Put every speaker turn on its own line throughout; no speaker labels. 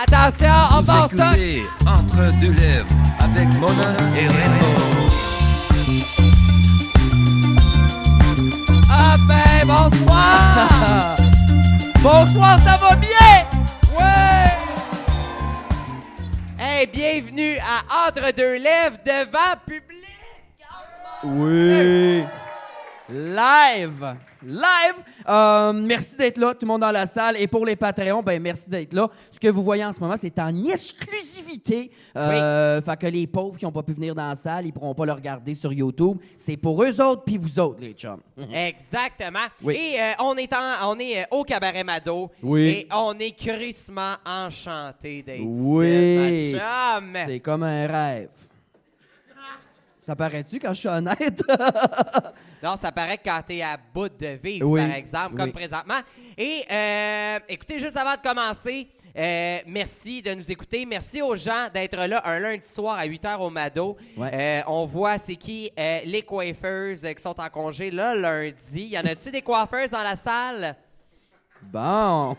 Attention, on
Vous
part ça.
écoutez Entre deux lèvres avec Mona et Raymond.
Ah ben, bonsoir. bonsoir, ça va bien? Ouais. Hey, bienvenue à Entre deux lèvres devant public.
Oui. Live. Live. Euh, merci d'être là, tout le monde dans la salle. Et pour les Patreons, ben merci d'être là. Ce que vous voyez en ce moment, c'est en exclusivité. Euh, Fait que les pauvres qui n'ont pas pu venir dans la salle, ils pourront pas le regarder sur YouTube. C'est pour eux autres puis vous autres, les chums.
Exactement.
Oui.
Et euh, on est, en- on est euh, au Cabaret Mado.
Oui.
Et on est crissement enchanté d'être
Oui.
ici, ma chum.
C'est comme un rêve. Ça paraît-tu quand je suis honnête?
Non, ça paraît que quand t'es à bout de vivre,
Oui,
par exemple, comme
oui.
présentement. Et euh, écoutez, juste avant de commencer, euh, merci de nous écouter. Merci aux gens d'être là un lundi soir à 8 h au Mado.
Ouais.
Euh, on voit c'est qui euh, les coiffeuses euh, qui sont en congé là lundi. Y en a-tu des coiffeuses dans la salle?
bon.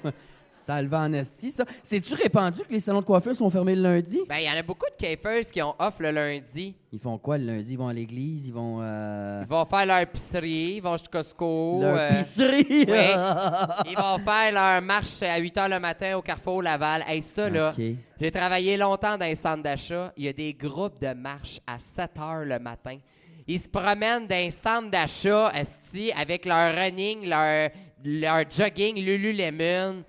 Ça le va en esti, ça. C'est-tu répandu que les salons de coiffure sont fermés le lundi?
Ben, il y en a beaucoup de coiffeuses qui ont off le lundi.
Ils font quoi le lundi? Ils vont à l'église, ils vont. Euh...
Ils vont faire leur pisserie, ils vont jusqu'au Costco.
leur
euh,
pisserie!
Oui. Ils vont faire leur marche à 8 h le matin au Carrefour Laval. Hey, ça, là,
Ok.
j'ai travaillé longtemps dans les centres d'achat. Il y a des groupes de marche à 7 h le matin. Ils se promènent dans les centres d'achat, esti, avec leur running, leur, leur jogging, Lululemon.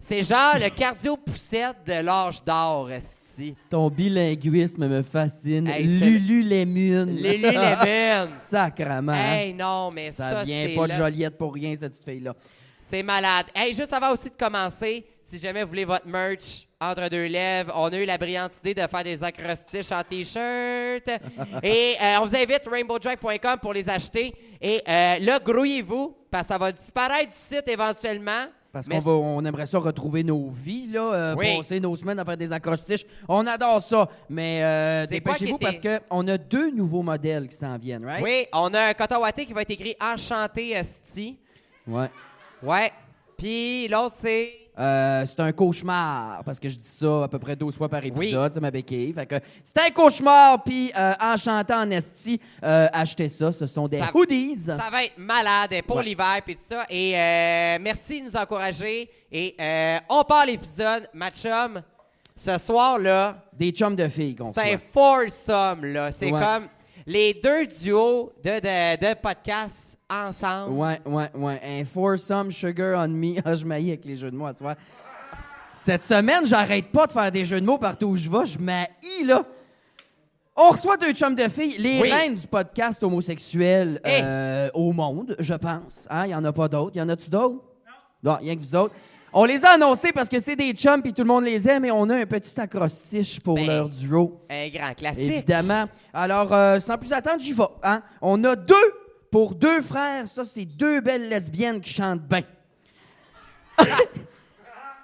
C'est genre le cardio-poussette de l'âge d'or, esti.
Ton bilinguisme me fascine.
Hey, c'est-
Lulu Lemune.
Lululemon.
Sacrament.
hey, non, mais ça,
Hein? ça, vient
c'est
pas de
là,
Joliette pour rien, cette petite fille-là.
C'est malade. Hey, juste avant aussi de commencer, si jamais vous voulez votre merch entre deux lèvres, on a eu la brillante idée de faire des acrostiches en t-shirt. Et euh, on vous invite rainbowdrag.com pour les acheter. Et euh, là, grouillez-vous, parce que ça va disparaître du site éventuellement.
Parce
Mais
qu'on va- on aimerait ça retrouver nos vies, là, euh,
Oui.
passer nos semaines à faire des acrostiches. On adore ça, mais euh,
C'est quoi
dépêchez-vous
qui
parce
était-
qu'on a deux nouveaux modèles qui s'en viennent, right?
Oui, on a un coton watté qui va être écrit Enchanté Esti.
Ouais.
Ouais. Puis l'autre, c'est.
Euh, c'est un cauchemar, parce que je dis ça à peu près 12 fois par
Oui.
épisode, ça ma béquille. Fait que c'est un cauchemar, puis euh, en chantant en esti, euh, achetez ça, ce sont des
Ça-
hoodies.
Ça va être malade hein, pour
Ouais.
l'hiver et tout ça. Et euh, merci de nous encourager. Et euh, on part l'épisode, ma chum. Ce soir-là,
Des chums de filles qu'on
c'est un
reçoit.
foursome, là. C'est
Ouais.
comme les deux duos de, de, de podcasts ensemble.
Ouais, ouais, ouais. Un foursome sugar on me. Ah, je maillis avec les jeux de mots à ce soir. Cette semaine, j'arrête pas de faire des jeux de mots partout où je vais. Je maillis, là. On reçoit deux chums de filles, les
Oui. Eh.
reines du podcast homosexuel
Hey.
euh, au monde, je pense. Hein, Il y en a pas d'autres. Il y en a-tu d'autres? Non. rien que vous autres. On les a annoncés parce que c'est des chums puis tout le monde les aime et on a un petit acrostiche pour
Ben.
leur duo.
Un grand classique.
Évidemment. Alors, euh, sans plus attendre, j'y vais. hein. On a deux pour deux frères. Ça, c'est deux belles lesbiennes qui chantent bien.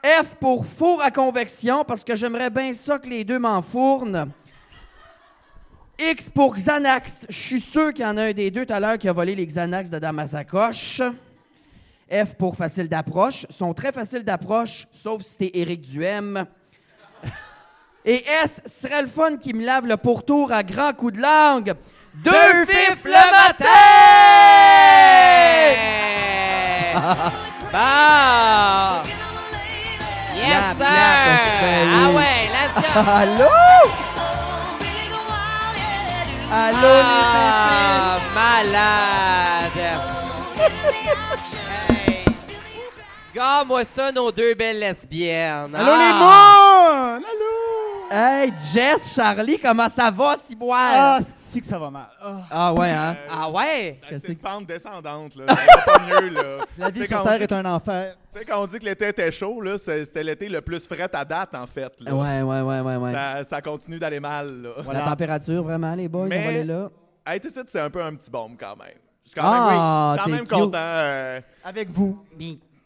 F pour four à convection, parce que j'aimerais bien ça que les deux m'enfournent. X pour Xanax. Je suis sûr qu'il y en a un des deux tout à l'heure qui a volé les Xanax de ma sacoche. F pour facile d'approche. Sont très faciles d'approche, sauf si t'es Éric Duhem. Et S, ce serait le fun qui me lave le pourtour à grands coups de langue. Deux, fifs le matin!
Bah! Yes,
Lap, lap,
sir!
ben
ah
oui.
ouais, let's go!
Allô? Allô,
Ah, malade! Hey. Garde-moi ça, nos deux belles lesbiennes.
Allô, les
Ah.
Allô! Allô!
les Hey, Jess, Charlie, comment ça va, Ciboire?
Ah, si que ça va mal. Ah.
Ah ouais, hein?
Ah ouais?
Qu'est-ce
Euh, C'est une
que c'est?
pente descendante, là. Ça va pas mieux, là.
La vie
Tu sais,
sur
quand
Terre
on-
est un enfer.
Tu sais, quand on dit que l'été était chaud, là, c'est- c'était l'été le plus frais à date, en fait. Là.
Ouais, ouais, ouais, ouais, ouais.
Ça, ça continue d'aller mal, là.
La température, vraiment, les boys,
Mais-
on va aller là.
Hey, tu sais, c'est un peu un petit bombe, quand même. Je suis quand
Ah,
même, oui, quand
t'es
même
cute.
content. euh,
Avec vous.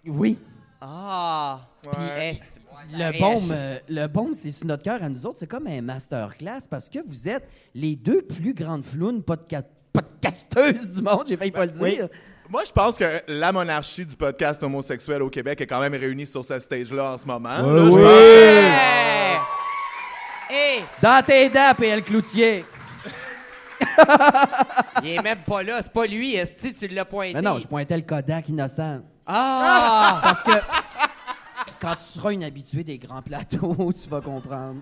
Oui.
Ah! Puis,
Ouais.
est-
Le bombe, euh, le bombe, c'est sur notre cœur à nous autres. C'est comme un masterclass parce que vous êtes les deux plus grandes flounes podca- podcasteuses du monde. J'ai failli pas le
oui.
dire.
moi, je pense que la monarchie du podcast homosexuel au Québec est quand même réunie sur ce stage-là en ce moment.
Ouais,
là. Je
ouais.
pense que-
Dans tes dents, PL Cloutier.
Il est même pas là, c'est pas lui, Esti, tu l'as pointé.
Mais non, je pointais le Kodak innocent.
Ah!
Parce que quand tu seras une habituée des grands plateaux, tu vas comprendre.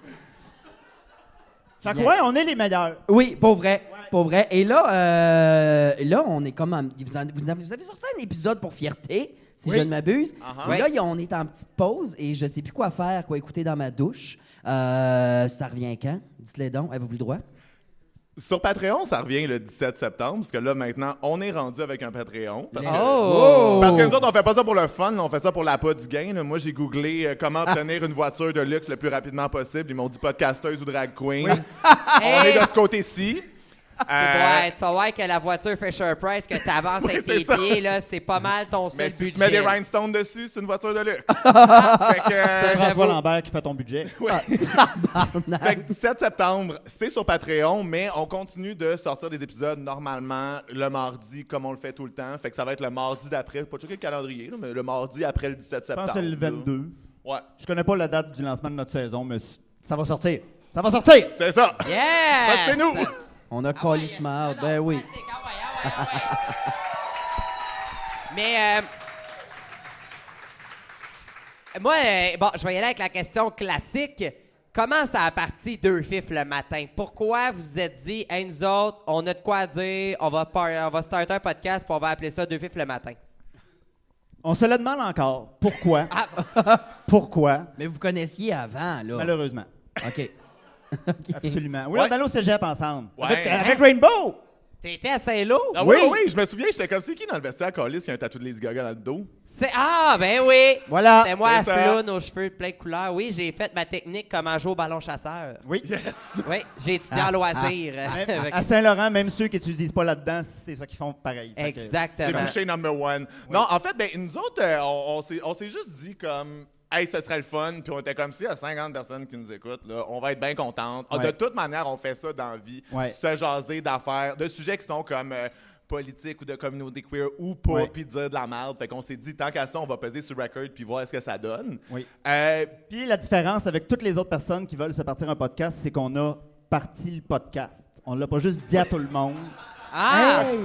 Fait que
Yes.
ouais, on est les meilleurs.
Oui, pour vrai. Pour vrai. Et là, euh, là, on est comme en- vous, en- vous en- vous avez sorti un épisode pour fierté, si
Oui.
je ne m'abuse.
Uh-huh.
Et Là, y- on est en petite pause et je sais plus quoi faire, quoi écouter dans ma douche. Euh, ça revient quand? Dites-les donc. Avez-vous le droit?
Sur Patreon, ça revient le 17 septembre, parce que là, maintenant, on est rendu avec un Patreon. Parce que,
Oh!
parce que nous autres, on fait pas ça pour le fun, là, on fait ça pour la pas du gain. là. Moi, j'ai googlé euh, comment
Ah.
obtenir une voiture de luxe le plus rapidement possible. Ils m'ont dit podcasteuse ou drag queen. on est
Hey,
de ce côté-ci.
c'est
Euh,
ouais, tu vas voir que la voiture Fisher Price que t'avances
Oui,
avec
c'est
tes
ça.
pieds, là, c'est pas mal ton seul
Mais si
budget.
tu mets des rhinestones dessus, c'est une voiture de luxe. fait que, euh,
C'est François
j'avoue.
Lambert qui fait ton budget.
Fait que 17 septembre, c'est sur Patreon, mais on continue de sortir des épisodes normalement le mardi, comme on le fait tout le temps. Fait que ça va être le mardi d'après. Je pas checker le calendrier, là, mais le mardi après le 17
Je pense
septembre.
que c'est le 22.
Ouais,
Je connais pas la date du lancement de notre saison, mais c- ça va sortir. Ça va sortir!
c'est ça.
Yes! Ah
C'est nous.
On a colissement hâte. Ben oui.
Mais euh, moi, euh, bon, je vais y aller avec la question classique. Comment ça a parti deux fifs le matin? Pourquoi vous vous êtes dit, hey, nous autres, on a de quoi dire, on va, par- on va starter un podcast puis on va appeler ça deux fifs le matin?
On se le demande encore. Pourquoi?
Ah,
Pourquoi?
Mais vous connaissiez avant, là.
Malheureusement.
OK.
Absolument. Oui, on
Ouais.
est allé au cégep ensemble.
Ouais.
Avec, avec Rainbow!
t'étais à Saint-Lô?
Ah oui,
Oui.
oui, je me souviens, j'étais comme c'est qui dans le vestiaire Calis qui a un tatou de Lady Gaga dans le dos.
C'est- Ah, ben oui!
Voilà.
C'était moi à
C'est ça.
floune aux cheveux de plein de couleurs. Oui, j'ai fait ma technique comment jouer au ballon chasseur.
Oui.
Oui, j'ai
Ah,
étudié en loisir.
Même- à Saint-Laurent, même ceux qui n'utilisent pas là-dedans, c'est ça qu'ils font pareil. Fait que-
Des
Exactement.
bouchées number one. Non, en fait, ben, nous autres, euh, on, on s'est- on s'est juste dit comme. Hey, ce serait le fun. Puis on était comme si y a 50 personnes qui nous écoutent, là, on va être bien contentes. Ah,
Ouais.
De toute manière, on fait ça dans la vie.
Ouais.
Se jaser d'affaires, de sujets qui sont comme euh, politique ou de communauté queer ou pas,
Ouais.
puis dire de la merde. Fait qu'on s'est dit, tant qu'à ça, on va peser sur record puis voir ce que ça donne.
Oui.
Euh,
Puis la différence avec toutes les autres personnes qui veulent se partir un podcast, c'est qu'on a parti le podcast. On l'a pas juste dit à tout le monde.
Ah!
Hey!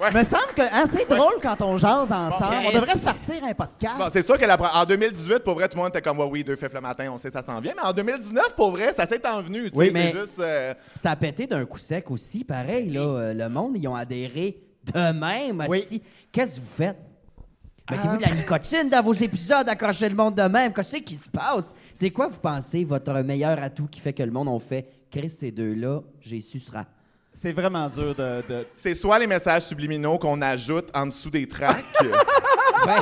Ouais.
Me semble que hein, c'est drôle quand on jase ensemble.
Bon,
on devrait
Chris.
se partir un podcast.
Bon, c'est sûr qu'en 2018, pour vrai, tout le monde était comme, Ouais, oui, deux fèves le matin, on sait ça s'en vient. Mais en 2019, pour vrai, ça s'est envenu. tu
Oui,
sais,
mais-
C'est juste. euh,
Ça a pété d'un coup sec aussi, pareil, là. Euh, Le monde, ils ont adhéré de même.
Oui. Ah.
asti. Qu'est-ce que vous faites? Mettez-vous de la nicotine dans vos épisodes, accrochez le monde de même. Qu'est-ce qui se passe? C'est quoi, vous pensez, votre meilleur atout qui fait que le monde, on fait Chris, ces deux-là, j'ai sucera.
C'est vraiment dur de. de-
C'est soit les messages subliminaux qu'on ajoute en dessous des tracks.
Ah!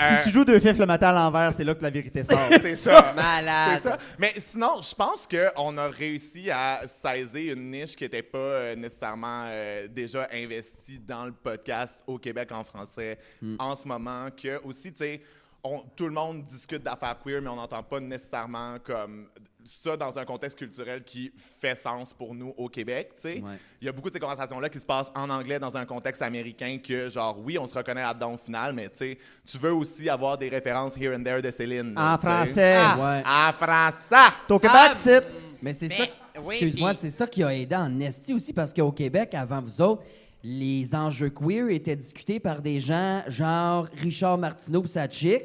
Euh,
Si tu joues deux fifs le matin à l'envers, c'est là que la vérité sort.
c'est ça.
Malade.
C'est ça. Mais sinon, je pense qu'on a réussi à saisir une niche qui n'était pas euh, nécessairement euh, déjà investie dans le podcast au Québec en français en ce moment. Que aussi, tu sais, on- tout le monde discute d'affaires queer, mais on n'entend pas nécessairement comme ça dans un contexte culturel qui fait sens pour nous au Québec. tu sais.
Ouais.
Il y a beaucoup de ces conversations-là qui se passent en anglais dans un contexte américain que, genre, oui, on se reconnaît là-dedans au final, mais tu sais, tu veux aussi avoir des références here and there de Céline. là,
en
tu sais.
français.
Ah.
Ouais.
En français!
T'es au Québec,
Ah.
c'est.
Mais c'est
Mais,
ça.
oui,
Excuse-moi,
puis-
c'est ça qui a aidé en Esti aussi, parce qu'au Québec, avant vous autres, les enjeux queer étaient discutés par des gens genre Richard Martineau et sa chicks.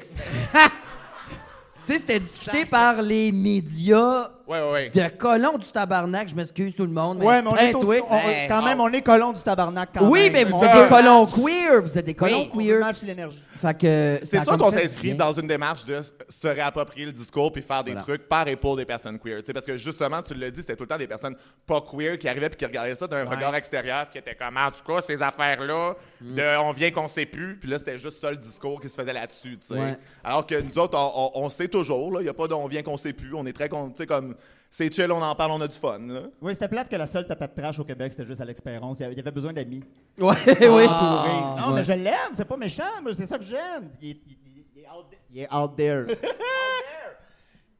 tu sais, c'était discuté par les médias
Ouais, ouais, ouais.
de colons du tabarnak. Je m'excuse tout le monde. Mais
Ouais, mais on est
Hey,
au-
toi-
on-
Ben,
quand même, on est colons du tabarnak quand
Oui, mais
même.
vous
on
êtes
veut
des colons queer. Vous êtes des colons
On veut
queer.
match l'énergie.
Fait que ça
C'est
a
sûr
comme
qu'on
fait du
s'inscrit
bien.
dans une démarche de s- se réapproprier le discours puis faire des
Voilà.
trucs par et pour des personnes queer. Tu sais, parce que justement, tu l'as dit, c'était tout le temps des personnes pas queer qui arrivaient puis qui regardaient ça d'un regard extérieur puis qui étaient comme, en tout cas, ces affaires-là,
Mm.
de on vient qu'on sait plus. Puis là, c'était juste ça le discours qui se faisait là-dessus. tu sais.
Ouais.
Alors que nous autres, on, on- on sait toujours. Il n'y a pas de on vient qu'on sait plus. On est très, con- tu sais, comme, c'est chill, on en parle, on a du fun. là.
Oui, c'était plate que la seule tapette trash au Québec, c'était juste Alex Perron. Il y avait besoin d'amis.
Ouais, oui.
Ah.
entouré. non,
Ah. ouais.
mais je l'aime, c'est pas méchant, moi, c'est ça que j'aime. Il, est- il- il- il est out th- il est out there. Il est out there.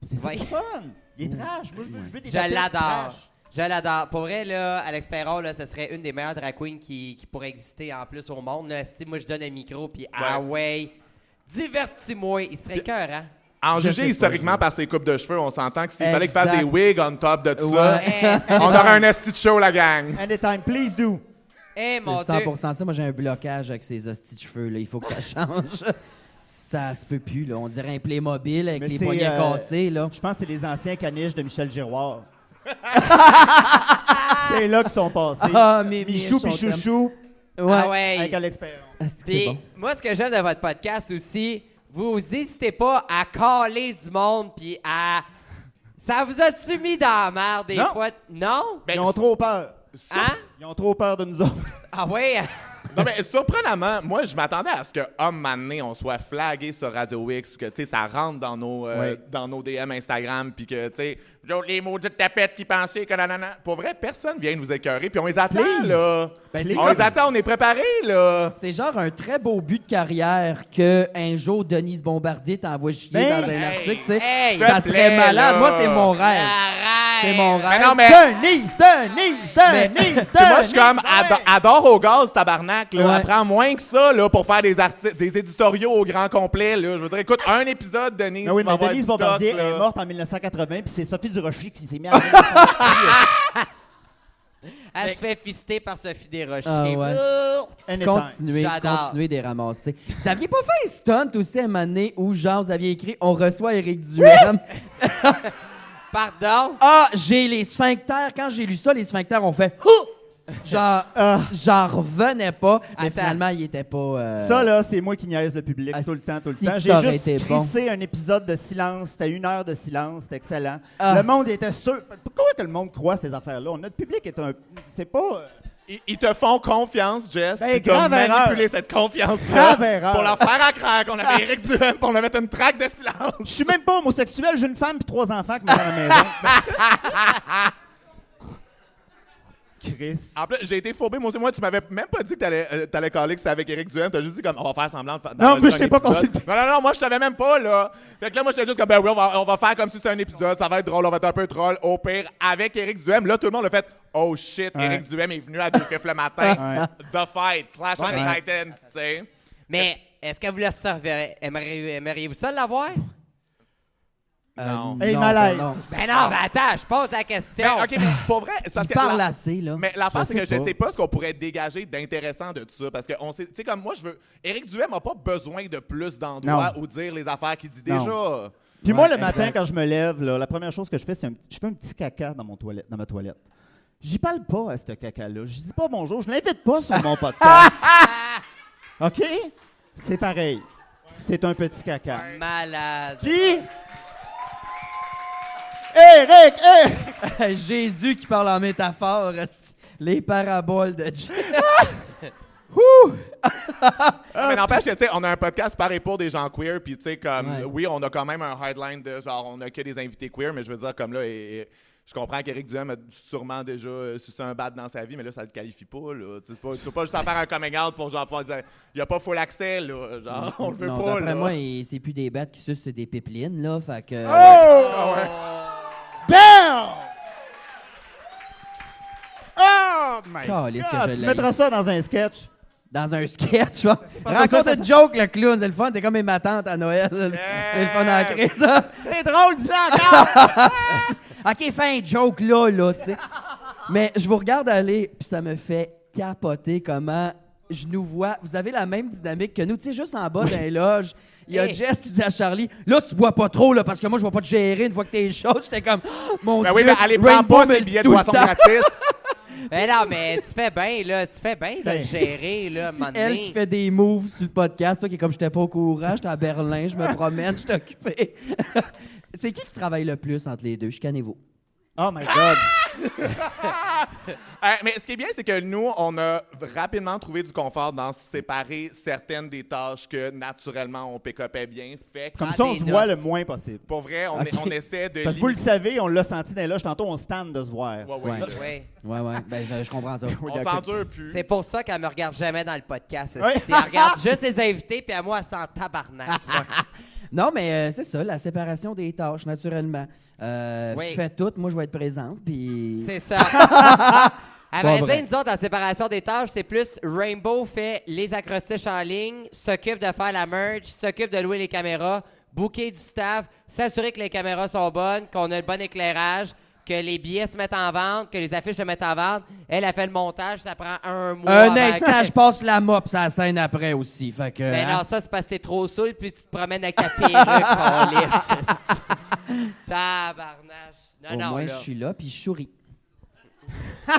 Puis C'est ça
Ouais.
qui est fun. Il est trash. Moi, je veux, je veux des
Je
tapettes
l'adore.
trash.
Je l'adore. Pour vrai, là, Alex Perron, là, ce serait une des meilleures drag queens qui, qui pourrait exister en plus au monde. Là, Si moi, je donne un micro, puis ah ouais, divertis-moi. Il serait cœur, hein?
En
Je sais
juger
pas,
historiquement
je-
par ses coupes de cheveux, on s'entend que s'il fallait qu'il
Exact.
fasse des wigs on top de tout ça,
Ouais.
Eh, c'est-
on aurait un esti de show, la gang.
Anytime, please do.
eh, mon
C'est
Dieu.
100% ça. Moi, j'ai un blocage avec ces hosties de cheveux. Là. Il faut que ça change. ça se peut plus. Là. On dirait un Playmobil avec
Mais
les
c'est,
poignets
euh,
cassés. Là.
Je pense que c'est les anciens caniches de Michel Giroir. c'est là qu'ils sont passés.
Ah, mes
Michou
miens
puis
sont
Chouchou
Ouais.
Ah ouais.
avec Alex Perron.
Asti que
Puis,
Ah, C'est bon.
moi, ce que j'aime de votre podcast aussi, vous n'hésitez pas à caler du monde, puis à. Ça vous a-tu mis dans la merde des
Non.
fois? Non?
Ben,
Ils ont trop peur.
Hein?
Ils ont trop peur de nous autres.
Ah ouais?
Non, mais surprenamment, moi, je m'attendais à ce que, oh, homme mané, on soit flagué sur Radio X, ou que, tu sais, ça rentre dans nos, euh,
Oui.
dans nos DM Instagram, puis que, tu sais, genre, les maudites tapettes qui pensaient que nanana. Pour vrai, personne vient nous écœurer, puis on les attend,
Please.
là.
Ben, c'est
on
comme-
les attend, on est préparés, là.
C'est genre un très beau but de carrière que un jour Denise Bombardier t'envoie chier
Ben,
dans un
hey,
article, tu sais.
hey, Ah,
ça
te
serait
plaît,
malade.
là.
Moi, c'est mon rêve.
Arrête!
C'est mon rêve.
Mais non, Ah, mais-
Denise, Denise, Denise, Denise.
Puis moi, je suis comme,
ouais.
ado- adore au gaz, tabarnak, là.
Ouais.
Apprends moins que ça, là, pour faire des articles, des éditoriaux au grand complet, là. Je veux dire, écoute, un épisode, Denise,
Mais Ben oui,
tu vas
mais
avoir
Denise
du stock,
Bombardier
là.
est morte en 1980, puis c'est Sophie Durocher qui s'est mise à la faire
Elle se fait fister par Sophie Euh, Desrochers.
Ah ouais.
Brrr.
Anytime.
Continuez,
J'adore.
continuez de les ramasser. Vous aviez pas fait un stunt aussi à un moment donné où, genre, vous aviez écrit « On reçoit Éric Duhem
Pardon?
Ah, j'ai les sphincters. Quand j'ai lu ça, les sphincters ont fait « Hou! » Genre,
Ah.
j'en revenais pas. Mais
Attends.
finalement, il était pas... euh,
Ça, là, c'est moi qui niaise le public
Ah,
tout le temps, tout le
si
temps.
que
J'ai
ça aurait
juste
été bon.
crissé un épisode de silence. C'était une heure de silence. C'était excellent.
Ah.
Le monde était sûr. Pourquoi que le monde croit ces affaires-là? Notre public est un... C'est pas...
Ils, ils te font confiance, Jess.
Ben,
ils t'ont
grave
manipulé
erreur.
cette confiance-là
Grave erreur.
pour leur faire à croire qu'on avait Eric Duhem pour leur mettre une traque de silence.
Je suis même pas homosexuel. J'ai une femme puis trois enfants qui me sont à la maison. Ben, Chris.
Ah,
En plus, j'ai été fourbé. Moi, aussi, moi, tu m'avais même pas dit que t'allais, euh, t'allais caler que c'était avec Eric Duhem. T'as juste dit comme, on va faire semblant. de fa- d'enregistrer
mais je
un
t'ai pas
épisode.
consulté.
Non, non, non, moi, je savais même pas, là. Fait que là, moi, j'étais juste comme, ben oui, on va, on va faire comme si c'était un épisode. Ça va être drôle, on va être un peu troll. Au pire, avec Eric Duhem, là, tout le monde a fait, oh shit,
Ouais.
Eric Duhem est venu à deux fifs le matin. The Fight, Clash on
Ouais.
Titans, tu sais.
Mais est-ce que vous le servez? Aimeriez- Aimeriez-vous ça l'avoir?
euh,
non.
Hey,
non,
malaise.
non.
Ben non, ben attends, je pose la question.
Ben, ok, mais pour vrai, c'est parce
Il
que.
parle
la-
assez, là.
Mais l'affaire, c'est que
sais
je
pas.
sais pas ce qu'on pourrait dégager d'intéressant de tout ça. Parce que, on sait- tu sais, comme moi, je veux. Éric Duhem n'a pas besoin de plus d'endroits
Non.
où dire les affaires qu'il dit
Non.
déjà.
Puis moi, le
exact.
matin, quand je me lève, là, la première chose que je fais, c'est un petit- je fais un petit caca dans, mon toilette, dans ma toilette. J'y parle pas à ce caca-là. Je dis pas bonjour. Je l'invite pas sur mon podcast. OK? C'est pareil. C'est un petit caca.
Malade.
Puis... Eric! Eric!
Jésus qui parle en métaphore, esti. les paraboles de Jésus. Ouh! Ah,
Non, mais n'empêche que, tu sais, on a un podcast par et pour des gens queer. Puis, tu sais, comme.
Ouais.
Oui, on a quand même un hardline de genre, on a que des invités queer. Mais je veux dire, comme là, et- et je comprends qu'Éric Duhem a sûrement déjà euh, sucé un bat dans sa vie. Mais là, ça le qualifie pas, là. Tu sais, c'est pas, tu peux pas juste en faire un coming out pour genre pouvoir dire, il a pas full accès, là. Genre, on le veut
non,
pas,
d'après
là.
moi, il- c'est plus des bêtes qui sucent, c'est des pipelines, là. Fait que.
Oh!
Ah ouais.
Damn! Oh my
Calisse euh, que je
Tu
l'ai.
mettras ça dans un sketch.
Dans un sketch, tu vois.
pas
Raconte
ça,
une joke, le clown, c'est le fun. T'es comme mes matantes à Noël. C'est le fun à la crise, hein. ça.
C'est drôle, dis-le encore!
OK, fais un joke là, là, tu sais. Mais je vous regarde aller, puis ça me fait capoter comment je nous vois. Vous avez la même dynamique que nous. Tu sais, juste en bas d'un loge, il y a
Hey.
Jess qui dit à Charlie, là, tu bois pas trop, là, parce que moi, je vois pas te gérer une fois que t'es chaud. J'étais comme, oh, mon
Ben
Dieu.
oui, mais allez, prends
Rainbow
pas
me
ces
le dit
billets de
tout le
boisson
temps.
gratis.
Ben non, mais tu fais bien, là. Tu fais bien de le
Ben.
gérer, là, à un moment
Elle
donné.
qui fait des moves sur le podcast, toi qui est comme, j'étais pas au courant, j'étais à Berlin, je me promène, je suis occupé. C'est qui qui travaille le plus entre les deux? Chicanez-vous.
Oh my god!
Euh, mais ce qui est bien, c'est que nous, on a rapidement trouvé du confort dans séparer certaines des tâches que naturellement on pick-upait bien. Fait que,
Comme
Ah,
ça, on
des
se voit
notes.
le moins possible.
pour vrai, on,
Ok.
est- on essaie de.
Parce que vous le
limiter-
savez, on l'a senti dans les loges. Tantôt, on se tente de se voir.
Ouais, ouais,
Ouais.
là.
Ouais.
Ouais, ouais, ben je, je comprends ça.
Oui,
On
d'accord.
s'endure plus.
C'est pour ça qu'elle me regarde jamais dans le podcast.
Ouais.
Si Elle regarde juste les invités, puis à moi, elle s'en tabarnak.
Non, mais euh, c'est ça, la séparation des tâches, naturellement. Euh,
Oui.
Fais tout, moi je vais être présente, puis...
C'est ça. À
Pas
vrai
vrai.
dire, nous autres, en séparation des tâches, c'est plus Rainbow fait les acrostiches en ligne, s'occupe de faire la merge, s'occupe de louer les caméras. booker du staff, s'assurer que les caméras sont bonnes, qu'on a le bon éclairage, que les billets se mettent en vente, que les affiches se mettent en vente. Elle a fait le montage, ça prend un mois. avant
Un instant,
que-
je passe la mop sur la scène après aussi. Fait que.
Mais
hein.
ben, non, ça, c'est parce que t'es trop saoul, puis tu te promènes avec ta perruque, lisse. Tabarnache. Non,
Au
non,
moins,
là.
je suis là, puis je souris.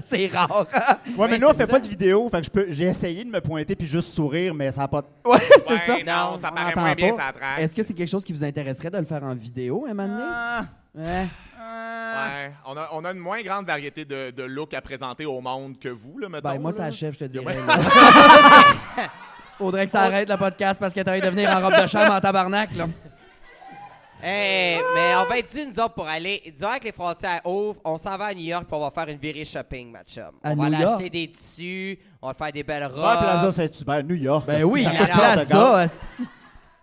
c'est rare.
Ouais, mais
Ouais,
nous, on
c'est
fait
ça.
pas de vidéo. Fait que je peux- j'ai essayé de me pointer puis juste sourire, mais ça n'a pas de.
ouais, c'est ça.
Ouais, Non, ça
on
paraît
l'entend
moins bien,
pas.
ça traque.
Est-ce que c'est quelque chose qui vous intéresserait de le faire en vidéo, un moment donné? Hein?
Ah,
Ouais.
ah.
Ouais. On, a, on a une moins grande variété de, de looks à présenter au monde que vous, là, mettons.
Ben, moi,
là.
ça achève, je te dirais.
Ouais.
là. Faudrait que ça arrête le podcast parce que t'as envie de devenir en robe de chambre en tabarnak, là.
Hey, mais on va être dû, nous autres, pour aller. Disons que les frontières ouvrent, on s'en va à New York pour on va faire une virée shopping, ma chum.
À
on va
New
aller
York?
acheter des tissus, on va faire des belles robes.
Ouais, Plaza Saint-Hubert, New York.
Ben oui, hein.
Ça
il y a
coûte
alors,
cher
place,
de gaz.
ça. hostie.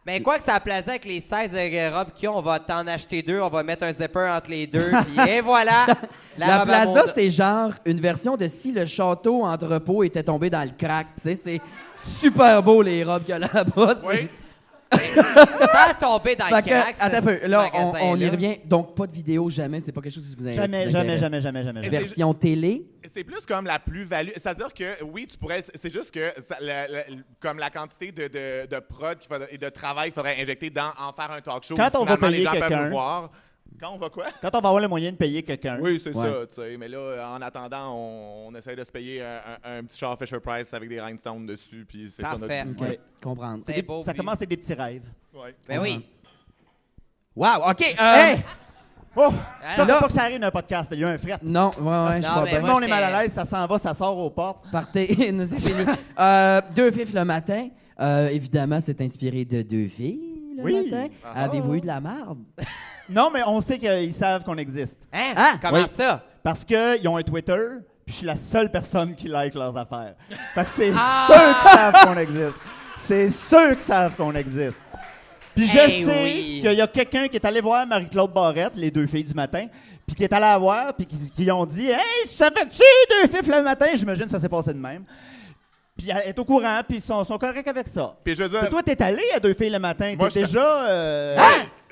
Mais quoi que ça plaisait avec les 16 de robes qu'ils ont, on va t'en acheter deux, on va mettre un zipper entre les deux, puis et voilà!
La
robe à
plaza,
mon-
c'est genre une version de si le château entrepôt était tombé dans le crack. Tu sais, c'est super beau, les robes qu'il y a là-bas. c'est-
Oui.
Sans tomber dans
Fait
le
que,
crack,
attends un peu,
ce
là,
petit
on, on y
magasin-là.
revient. Donc, pas de vidéo, jamais. C'est pas quelque chose qui vous
Jamais,
qui vous
jamais,
intéresse.
jamais, jamais, jamais,
Et
jamais.
c'est-
Version télé.
C'est plus comme la plus-value. C'est-à-dire que, oui, tu pourrais. C'est juste que, ça- la- la- comme la quantité de, de, de prod qu'il faudrait- et de travail qu'il faudrait injecter dans en faire un talk show.
Quand
où
on va
finalement, les
payer
gens peuvent
quelqu'un.
nous voir. Quand on va quoi?
Quand on va avoir le moyen de payer quelqu'un.
Oui, c'est
Ouais.
ça, tu sais. Mais là, en attendant, on, on essaie de se payer un, un- un petit char Fisher Price avec des rhinestones dessus, puis c'est ça notre-
Parfait.
OK,
Ouais.
comprendre.
C'est
Des-
beau,
ça
puis-
commence avec des petits rêves.
Ouais.
Ben oui.
Wow, OK. euh,
Hey! Oh! Ça
Ah, là-
fait pas que ça arrive d'un podcast. Il y a un fret.
Non, ouais, ouais, je
non,
vois
mais
bien.
Tout le monde est
j'étais-
mal à l'aise, ça s'en va, ça sort aux portes.
Partez, nous, c'est fini. Euh, deux fifs le matin. Euh, évidemment, c'est inspiré de deux filles le
Oui.
matin. Avez-vous eu de la marde?
Non, mais on sait qu'ils savent qu'on existe.
Hein?
Ah,
Comment
oui.
ça?
Parce qu'ils ont un Twitter, puis je suis la seule personne qui like leurs affaires. Fait que c'est
Ah!
ceux qui savent qu'on existe. C'est ceux qui savent qu'on existe. Puis je
Eh
sais
oui.
qu'il y a quelqu'un qui est allé voir Marie-Claude Barrette, les deux filles du matin, puis qui est allé la voir, puis qui, qui ont dit Hey, ça fait-tu deux fifs le matin J'imagine que ça s'est passé de même. Puis elle est au courant, puis ils sont, sont corrects avec ça.
Puis je veux
Mais
dire,
toi, t'es allé à deux filles le matin.
Moi,
T'es
je- Hein?
déjà. euh,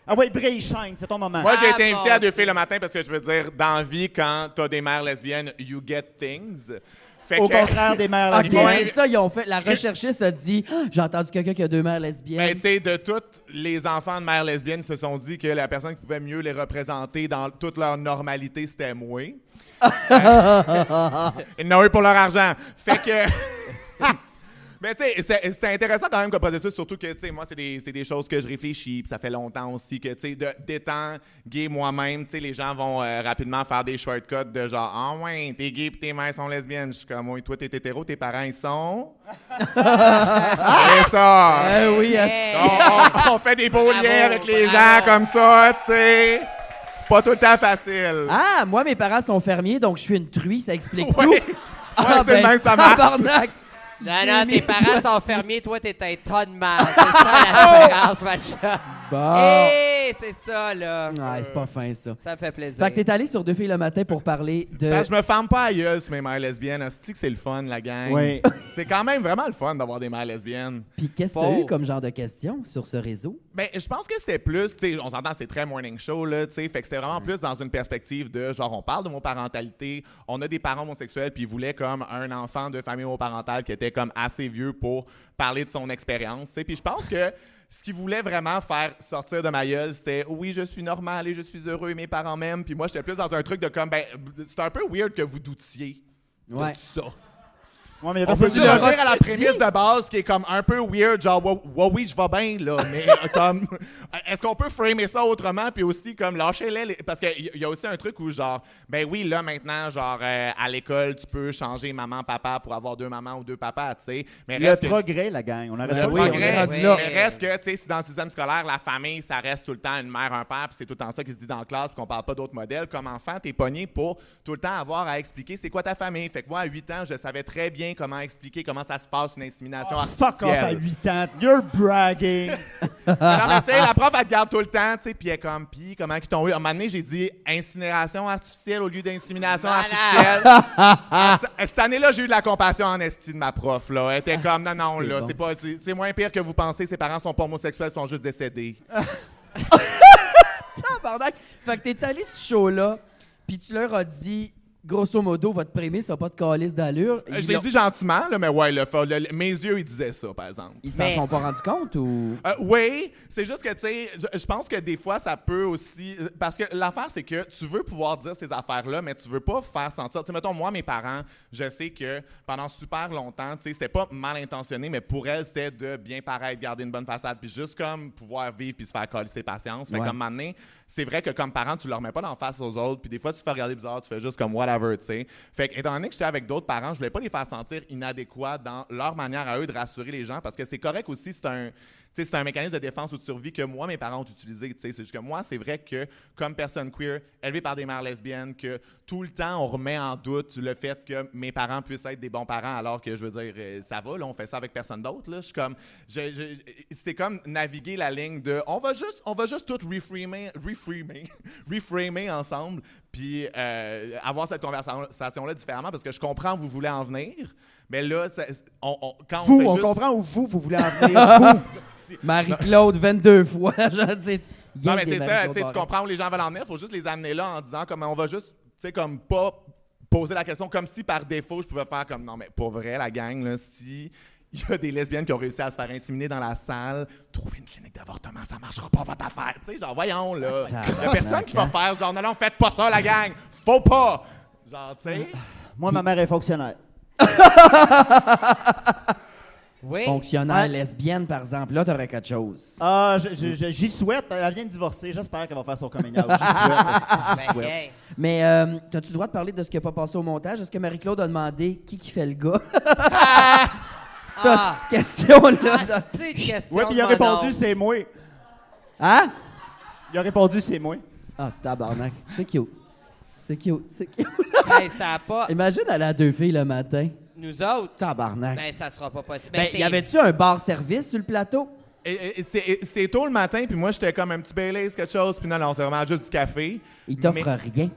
Ah ouais, Bray Shine, c'est ton moment.
moi, j'ai
Ah,
été
mon
invité à deux
Dieu.
filles le matin parce que je veux dire, dans la vie, quand t'as des mères lesbiennes, you get things. Fait
Au
que-
contraire des mères
OK,
lesbiennes.
c'est ça, ils ont fait. La recherchiste a dit Ah, J'ai entendu quelqu'un qui a deux mères
Mais
lesbiennes.
Ben, tu sais, de toutes les enfants de mères lesbiennes se sont dit que la personne qui pouvait mieux les représenter dans toute leur normalité, c'était moi. Euh, Ils n'ont eu pour leur argent. Fait que. Mais tu sais, c'est- c'est intéressant quand même comme processus, surtout que, tu sais, moi, c'est des, c'est des choses que je réfléchis, puis ça fait longtemps aussi que, tu sais, de- d'étant gay moi-même, tu sais, les gens vont euh, rapidement faire des shortcuts de genre, ah ouais, t'es gay puis tes mères sont lesbiennes. Je suis comme, oui, toi, t'es hétéro, tes parents, ils sont. C'est ça!
Ah oui, euh,
Hey.
Oh, On, on- on fait des beaux
Bravo,
liens avec les
bravo.
gens comme ça, tu sais. Pas tout le temps facile.
Ah, moi, mes parents sont fermiers, donc je suis une truie, ça explique
Ouais.
tout. Ah, ben,
Ouais, c'est le même que ça marche.
tabarnak.
Non,
J'ai
non,
mis-
tes parents sont fermiers, toi, t'es un tonne de mal. C'est ça la différence, ma chum.
Oh! Bon.
Hey, c'est ça, là.
Ah, c'est pas fin, ça.
Ça me fait plaisir.
Fait que t'es allé sur deux filles le matin pour parler de.
Parce que Ben, je me ferme pas à gueule sur mes mères lesbiennes. cest que c'est le fun, la gang?
Oui.
C'est quand même vraiment le fun d'avoir des mères lesbiennes.
Puis qu'est-ce que t'as
Pauvre.
eu comme genre de questions sur ce réseau?
Ben, je pense que c'était plus, tu sais, on s'entend, c'est très morning show, là, tu sais, fait que c'était vraiment plus dans une perspective de, genre, on parle de parentalité, on a des parents homosexuels, puis ils voulaient comme un enfant de famille homoparentale qui était comme assez vieux pour parler de son expérience, tu sais, puis je pense que ce qu'ils voulaient vraiment faire sortir de ma gueule, c'était, oui, je suis normal et je suis heureux et mes parents m'aiment, puis moi, j'étais plus dans un truc de comme, ben, c'est un peu weird que vous doutiez de
Ouais.
tout ça.
Ouais, mais y a
On
personne
peut
qui
tu
le
revenir
reconnaît.
à la prémisse de base qui est comme un peu weird, genre ouais, ouais, oui, je vais bien là, mais euh, comme est-ce qu'on peut framer ça autrement puis aussi comme lâcher les les- parce qu'il y a aussi un truc où genre ben oui là maintenant genre euh, à l'école tu peux changer maman papa pour avoir deux mamans ou deux papas, tu sais, mais
Le
reste que-
progrès, la gang. On arrête
Ben
pas
oui,
de
on
progrès.
est rendu
Oui.
là.
mais reste que, tu sais, si dans le système scolaire, la famille, ça reste tout le temps une mère, un père, puis c'est tout le temps ça qui se dit dans la classe, puis qu'on parle pas d'autres modèles. Comme enfant, t'es pogné pour tout le temps avoir à expliquer c'est quoi ta famille. Fait que moi, à 8 ans, je savais très bien bien comment expliquer comment ça se passe une insémination
Ah,
Fuck off à
artificielle.
8 ans. You're bragging.
Non, mais tu sais, la prof, elle te garde tout le temps, tu sais, puis elle est comme, puis comment qu'ils t'ont eu. À un moment donné, j'ai dit incinération artificielle au lieu d'insémination
Malade.
artificielle. À ce- à Cette année-là, j'ai eu de la compassion en esti de ma prof, là. Elle était comme, non, non,
c'est
là,
bon.
Ah, c'est pas, c'est c'est moins pire que vous pensez, ses parents sont pas homosexuels, ils sont juste décédés.
Tabarnak! Fait que t'es allé sur ce show-là, puis tu leur as dit, grosso modo, votre prémisse n'a pas de calice d'allure.
Euh,
Ils
Je l'ai
l'ont-
dit gentiment, là, mais ouais, le, fa- le- le- mes yeux, ils disaient ça, par exemple.
Ils s'en
Mais-
sont pas rendus compte ou.
Euh, oui, c'est juste que, tu sais, je, je pense que des fois, ça peut aussi. Parce que l'affaire, c'est que tu veux pouvoir dire ces affaires-là, mais tu veux pas faire sentir. Tu sais, mettons, moi, mes parents, je sais que pendant super longtemps, tu sais, c'était pas mal intentionné, mais pour elles, c'était de bien paraître, garder une bonne façade, puis juste comme pouvoir vivre puis se faire coller ses patience. Fait
Ouais.
comme maintenant, c'est vrai que comme parent, tu leur mets pas d'en face aux autres, puis des fois, tu te fais regarder bizarre, tu fais juste comme whatever, tu sais. Fait que, étant donné que j'étais avec d'autres parents, je voulais pas les faire sentir inadéquats dans leur manière à eux de rassurer les gens, parce que c'est correct aussi, c'est un. Tu sais, c'est un mécanisme de défense ou de survie que moi, mes parents ont utilisé. tu sais. C'est juste que moi, c'est vrai que, comme personne queer, élevée par des mères lesbiennes, que tout le temps, on remet en doute le fait que mes parents puissent être des bons parents, alors que, je veux dire, euh, ça va, là, on fait ça avec personne d'autre. là. Je suis comme... je- je- C'était comme naviguer la ligne de... On va juste, on va juste tout reframer, reframer, reframer ensemble, puis euh, avoir cette conversation-là différemment, parce que je comprends où vous voulez en venir, mais là, ça- on, on- quand on
Vous,
fait
on
juste-
comprend où vous, vous voulez en venir. Vous.
Marie-Claude, 22 fois, je dis. il y a
Non, mais
des
c'est
Marie-Claude
ça, tu sais, tu
Barrette.
comprends où les gens veulent en venir, faut juste les amener là en disant comme on va juste, tu sais, comme pas poser la question comme si par défaut je pouvais faire comme non, mais pour vrai, la gang, là, si il y a des lesbiennes qui ont réussi à se faire intimider dans la salle, trouvez une clinique d'avortement, ça marchera pas votre affaire. Tu sais, genre, voyons, là. Il y a personne qui va faire genre, non, non, faites pas ça, la gang, faut pas. Genre, tu sais.
Moi, ma mère est fonctionnaire.
Oui.
Fonctionnaire
Ouais.
lesbienne, par exemple, là, t'aurais quelque chose.
Ah, je- je- je- j'y souhaite. Elle vient de divorcer. J'espère qu'elle va faire son coming out. J'y souhaite.
Ben,
ouais.
hey.
Mais euh, t'as-tu le droit de parler de ce qui n'a pas passé au montage? Est-ce que Marie-Claude a demandé qui qui fait le gars? C'est
Ah.
cette question-là.
Ah, c'est une question
Oui, puis il a
de mon
répondu,
oncle.
c'est moi.
Hein?
Il a répondu, c'est moi.
Ah, tabarnak. C'est cute. C'est cute. C'est cute.
Hey, Ben, ça a pas.
Imagine aller à deux filles le matin.
Nous autres,
Tabarnak.
ben, ça sera pas possible.
Ben,
Ben, c'est-
y avait-tu un bar-service sur le plateau?
Et- et- et c'est- et C'est tôt le matin, puis moi, j'étais comme un petit Baileys, quelque chose, puis non, non, c'est vraiment juste du café.
Il t'offre
Mais,
rien.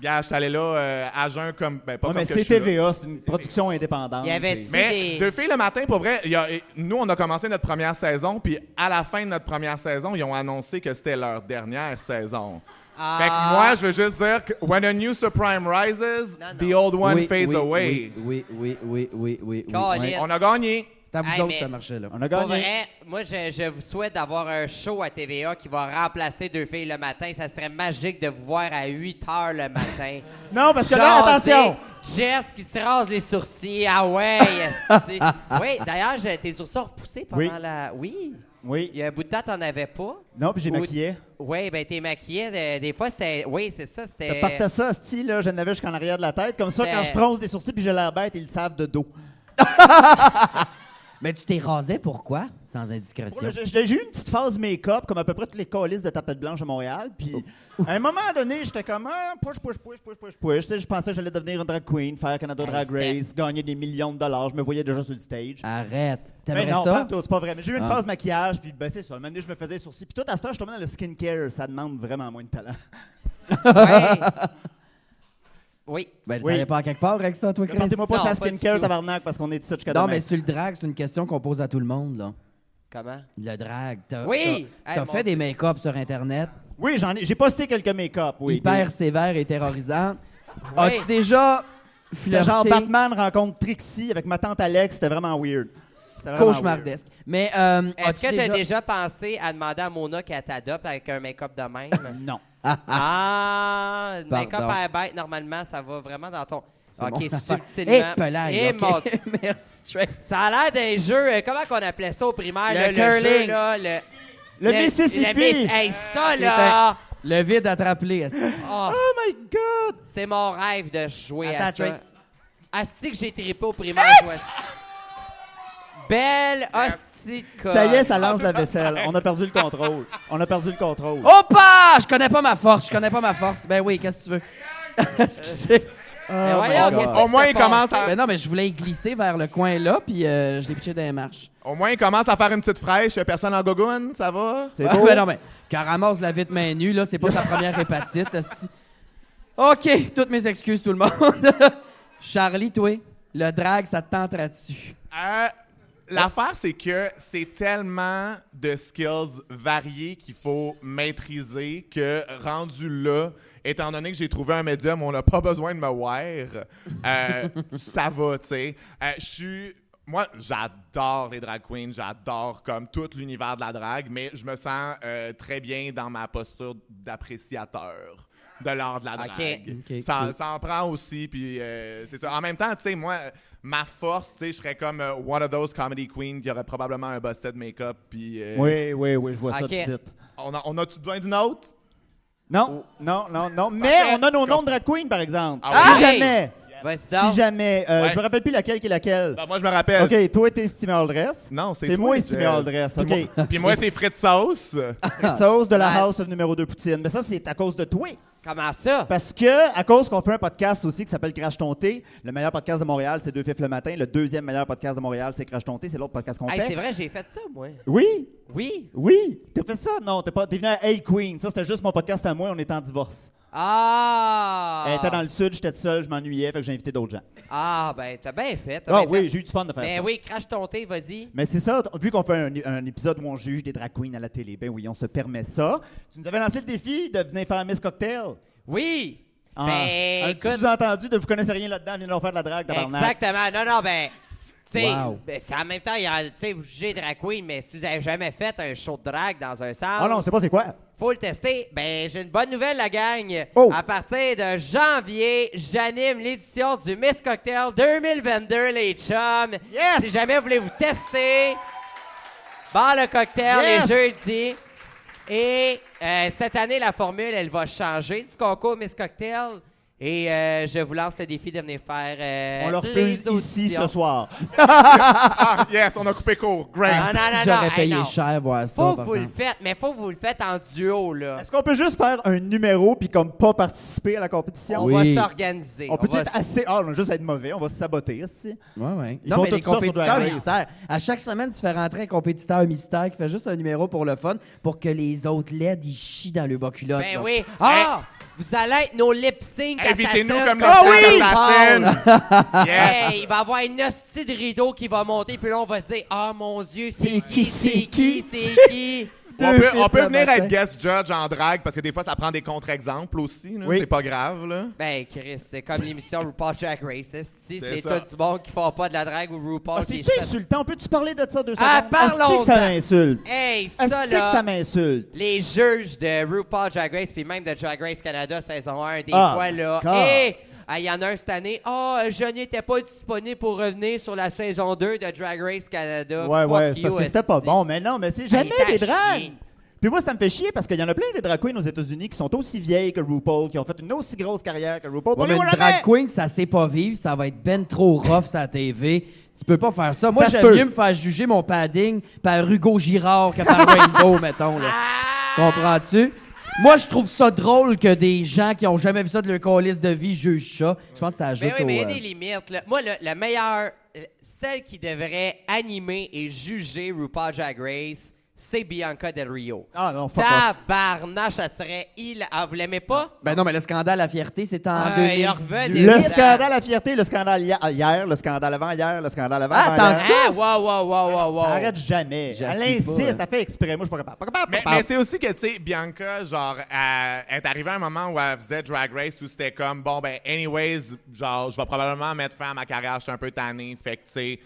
Gars, je suis allé là, euh, à jeun, comme. Ben, pas
Ouais,
comme
mais
que
c'est
je suis là.
TVA, c'est une production indépendante.
Il y avait-tu
C'est-
Mais
des.
deux filles le matin, pour vrai, il y a- nous, on a commencé notre première saison, puis à la fin de notre première saison, ils ont annoncé que c'était leur dernière saison.
Ah.
Fait que moi, je veux juste dire que when a new supreme rises,
Non, non.
the old one
Oui,
fades
oui,
away.
Oui, oui, oui, oui, oui, oui. oui,
Colin.
oui.
On a gagné.
C'est à vous
Hey,
autres,
mais-
ça marchait, là.
On a
Pour
gagné.
vrai, moi, je, je vous souhaite d'avoir un show à TVA qui va remplacer deux filles le matin. Ça serait magique de vous voir à 8 heures le matin.
Non, parce que là,
Jaser,
attention!
Jess qui se rase les sourcils. Ah ouais, esti. Oui, d'ailleurs, j'ai- tes sourcils ont repoussé pendant
Oui.
la. Oui. Il
Oui.
y a un bout de temps, t'en avais pas.
Non, puis j'ai
Ou-
maquillé.
Oui, ben t'es maquillée. euh, des fois, c'était. Oui, c'est ça, c'était.
Partait ça, style, là, je l'avais jusqu'en arrière de la tête. Comme ça,
C'est-
quand je tronce des sourcils puis j'ai l'air bête, ils le savent de dos.
Mais tu t'es rasé pourquoi? Sans
Pour
indiscrétion.
le- J'ai j'ai eu une petite phase make-up, comme à peu près toutes les colis de tapette blanche à Montréal. Puis
Oh.
à un moment donné, j'étais comme, ah, push, push, push, push, push, push. Tu sais, Je pensais que j'allais devenir une drag queen, faire Canada
Hey,
Drag
c'est-
Race, gagner des millions de dollars. Je me voyais déjà sur le stage.
Arrête.
Mais
T'aimerais
Ben non, pas
ça?
en tout, c'est pas vrai. Mais j'ai eu une
Ah.
phase maquillage, puis ben, c'est ça. Le moment donné, je me faisais les sourcils. Puis tout à ce temps, je tombais dans le skincare. Ça demande vraiment moins de talent.
Ouais. oui.
Ben,
Oui.
t'allais pas à quelque part avec ça, toi, Chris?
Partez-moi pas
non,
sur la
pas du
skincare,
tout.
tabarnak, parce qu'on est ici jusqu'à
Non,
demain.
mais sur le drag, c'est une question qu'on pose à tout le monde, là.
Comment?
Le drag. T'as,
Oui!
T'as, t'as
Hey, mon
fait des make-up sur Internet,
Oui, j'en ai, j'ai posté quelques make-up. Oui,
hyper
Des-
sévères et terrorisants.
Oui.
As-tu déjà
C'était
flirté?
genre Batman rencontre Trixie avec ma tante Alex, c'était vraiment weird. C'était vraiment weird.
Cauchemardesque. Mais euh,
Est-ce
as-tu
que tu as déjà pensé à demander à Mona qu'elle t'adopte avec un make-up de même?
Non.
ah! le Make-up
Pardon.
à bête, normalement, ça va vraiment dans ton.
C'est
ok,
mon affaire.
subtilement.
Eh, pelaille,
Eh,
ok.
mon Dieu.
Merci, Trace.
Ça a l'air d'un jeu. euh, Comment qu'on appelait ça au primaire?
Le
là, Le,
curling.
jeu, là, le,
Le Mississippi.
Miss- hey, ça, là!
Le vide attrapé. est-ce-
Oh,
Oh my god!
c'est mon rêve de jouer
Attends,
à ça.
Trace.
Asti que j'ai trippé au primaire. je vois ça. Belle hostie de conne.
Ça y est, ça lance la vaisselle. On a perdu le contrôle. On a perdu le
Oh!
contrôle.
Opa! Je connais pas ma force, je connais pas ma force. Ben oui, qu'est-ce que tu veux? Excusez.
Mais Euh, voyons,
God.
qu'est-ce qui
Au moins,
s'est
il commence
passé?
Ben non, mais je voulais y glisser vers le coin là, puis euh, je l'ai pitché dans les marches.
Au moins, il commence à faire une petite fraîche. Personne en gogoune, ça va?
C'est
Ah,
beau.
ben non, mais quand ramasse la vite main nue, là, c'est pas sa première hépatite. esti. OK, toutes mes excuses, tout le monde. Charlie, toi, le drag, ça te tentera-tu?
Euh, L'affaire, c'est que c'est tellement de skills variés qu'il faut maîtriser que rendu là, étant donné que j'ai trouvé un médium où on n'a pas besoin de me wear, euh, ça va, tu sais. Euh, Je suis. Moi, j'adore les drag queens, j'adore comme tout l'univers de la drague, mais je me sens euh, très bien dans ma posture d'appréciateur de l'art de la
Ok.
drague.
Ok,
Ça-
cool.
ça en prend aussi, puis euh, c'est ça. En même temps, tu sais, moi, ma force, tu sais, je serais comme euh, one of those comedy queens qui aurait probablement un busted make-up, puis... euh,
Oui, oui, oui, je vois
Ok.
ça tout de suite.
On a- on a-tu besoin d'une autre? Oh.
Non, non, non, non. Mais
Parfait.
on a nos noms de drag queen, par exemple.
Ah oui?
Si
Hey!
jamais,
Vas-y donc.
si jamais, euh,
Ouais.
je me rappelle plus laquelle qui est laquelle.
Ben, moi, je me rappelle.
OK, toi, t'es estimé all dress.
Non, c'est
C'est
toi,
moi
Jess.
estimé all dress,
Puis
OK.
moi- Puis moi, c'est frites sauce.
Sauce de la
Ouais.
house of numéro 2 Poutine. Mais ça, c'est à cause de toi.
Comment ça?
Parce que, à cause qu'on fait un podcast aussi qui s'appelle Crash Tonté, le meilleur podcast de Montréal, c'est Deux Fifs le matin. Le deuxième meilleur podcast de Montréal, c'est Crash Tonté. C'est l'autre podcast qu'on
Hey, c'est
fait.
vrai, j'ai fait ça, moi.
Oui,
Oui.
oui. T'as fait ça? Non, t'es pas. T'es venu à Hey Queen. Ça, c'était juste mon podcast à moi. On était en divorce.
Ah!
Elle était dans le sud, j'étais tout seul, je m'ennuyais, fait que j'ai invité d'autres gens.
Ah, ben, t'as bien fait. t'as
Ah
bien
oui,
fait.
j'ai eu du fun de faire
Ben
ça.
oui, crache ton thé, vas-y.
Mais c'est ça, t- vu qu'on fait un, un épisode où on juge des drag queens à la télé, ben oui, on se permet ça. Tu nous avais lancé le défi de venir faire Miss Cocktail.
Oui!
Ah,
ben,
un petit
écoute,
sous-entendu de vous connaissez rien là-dedans, venez leur faire de la drague, tabarnak.
exactement. Non, non, ben, tu sais,
Wow.
ben, c'est en même temps, il y a, tu sais, vous jugez drag queen, mais si vous avez jamais fait un show de drague dans un salon,
Ah non, c'est pas c'est quoi?
faut le tester. Ben, j'ai une bonne nouvelle, la gang.
Oh.
À partir de janvier, j'anime l'édition du Miss Cocktail 2022, les chums.
Yes!
Si jamais vous voulez vous tester, bar le cocktail
Yes!
les jeudis. Et euh, cette année, la formule, elle va changer du concours Miss Cocktail. Et euh, je vous lance le défi de venir faire euh,
on leur
les
refuse ici
auditions.
ce soir.
ah, yes, on a coupé court. Great.
Ah, non, non,
Si
non,
J'aurais
hey,
payé
non.
cher voir ça.
Faut que
par
vous le
exemple.
faites, mais faut que vous le faites en duo, là.
Est-ce qu'on peut juste faire un numéro puis comme pas participer à la compétition?
On
Oui.
va s'organiser.
On peut
va
être
s-
assez. Ah, on va juste être mauvais, on va se saboter. esti.
Ouais, ouais.
Ils
non,
font
mais
tout
les
ça sur du
compétiteurs
drive.
mystères. À chaque semaine, tu fais rentrer un compétiteur mystère qui fait juste un numéro pour le fun pour que les autres LED, ils chient dans le bas culotte.
Ben
là.
oui. Ah! Vous allez être nos lip sync
Invitez-nous
assassins
comme
Ah
ça,
lip sync
on
assassines.
parle.
Yes.
Hey, il va y avoir une hostie de rideau qui va monter, puis là, on va se dire Ah mon Dieu,
C'est
c'est
qui,
qui,
c'est
c'est
qui?
qui, c'est qui.
On
Deux
peut, on
fifs
peut
le
venir
matin.
être guest judge en drague parce que des fois, ça prend des contre-exemples aussi. là.
Oui.
C'est pas grave, là.
Ben, Chris, c'est comme l'émission RuPaul Drag Race. Si
C'est
c'est
ça.
tout du monde qui font pas de la drague ou
Ah,
RuPaul qui
C'est-tu insultant? Peux-tu parler de ça deux
Ah,
secondes? Esti que ça
parlons-en.
m'insulte.
Hey, ça
Esti
là.
que ça m'insulte.
les juges de RuPaul Drag Race puis même de Drag Race Canada saison 1 des
Ah,
fois
my
là
God.
et ah, il y en a un cette année ah euh, je n'étais pas disponible pour revenir sur la saison 2 de Drag Race Canada
Ouais,
Ah, Fuck
ouais, c'est
you,
parce que c'était
esti.
pas bon. Mais non, mais c'est jamais
il est à
des dragues.
chier.
Puis moi, ça me fait chier parce qu'il y en a plein de drag queens aux États-Unis qui sont aussi vieilles que RuPaul, qui ont fait une aussi grosse carrière que RuPaul.
Ouais, mais une drag queen, ça sait pas vivre, ça va être ben trop rough sa TV. Tu peux pas faire ça. Moi,
Ça se
j'aime
peut.
mieux me faire juger mon padding par Hugo Girard que par Rainbow, mettons. là.
Ah!
Comprends-tu? Moi, je trouve ça drôle que des gens qui ont jamais vu ça de leur colis de vie jugent ça. Je pense que ça ajoute
mais Ben oui mais il y a
au... euh,
des limites là. moi le, la meilleure euh, celle qui devrait animer et juger RuPaul Drag Race c'est Bianca Del Rio
Ah non, fuck off.
tabarnache ça serait il ah vous l'aimez pas
Ben non, mais le scandale à fierté, c'est en
Ah,
2018.
il revenait.
Le
Évidemment.
scandale à fierté, le scandale hi- hier, le scandale avant hier, le scandale avant
Ah,
avant
attends,
hier.
ah wow wow wow wow wow
Ça arrête jamais.
Je
Elle
suis pas,
insiste,
hein.
elle fait exprès. Moi, je suis pas capable. Pas capable, pas
Mais, mais
capable.
c'est aussi que, tu sais, Bianca, genre, elle elle est arrivée à un moment où elle faisait Drag Race où c'était comme, bon, ben, anyways, genre, je vais probablement mettre fin à ma carrière, je suis un peu tanné, fait que, tu sais,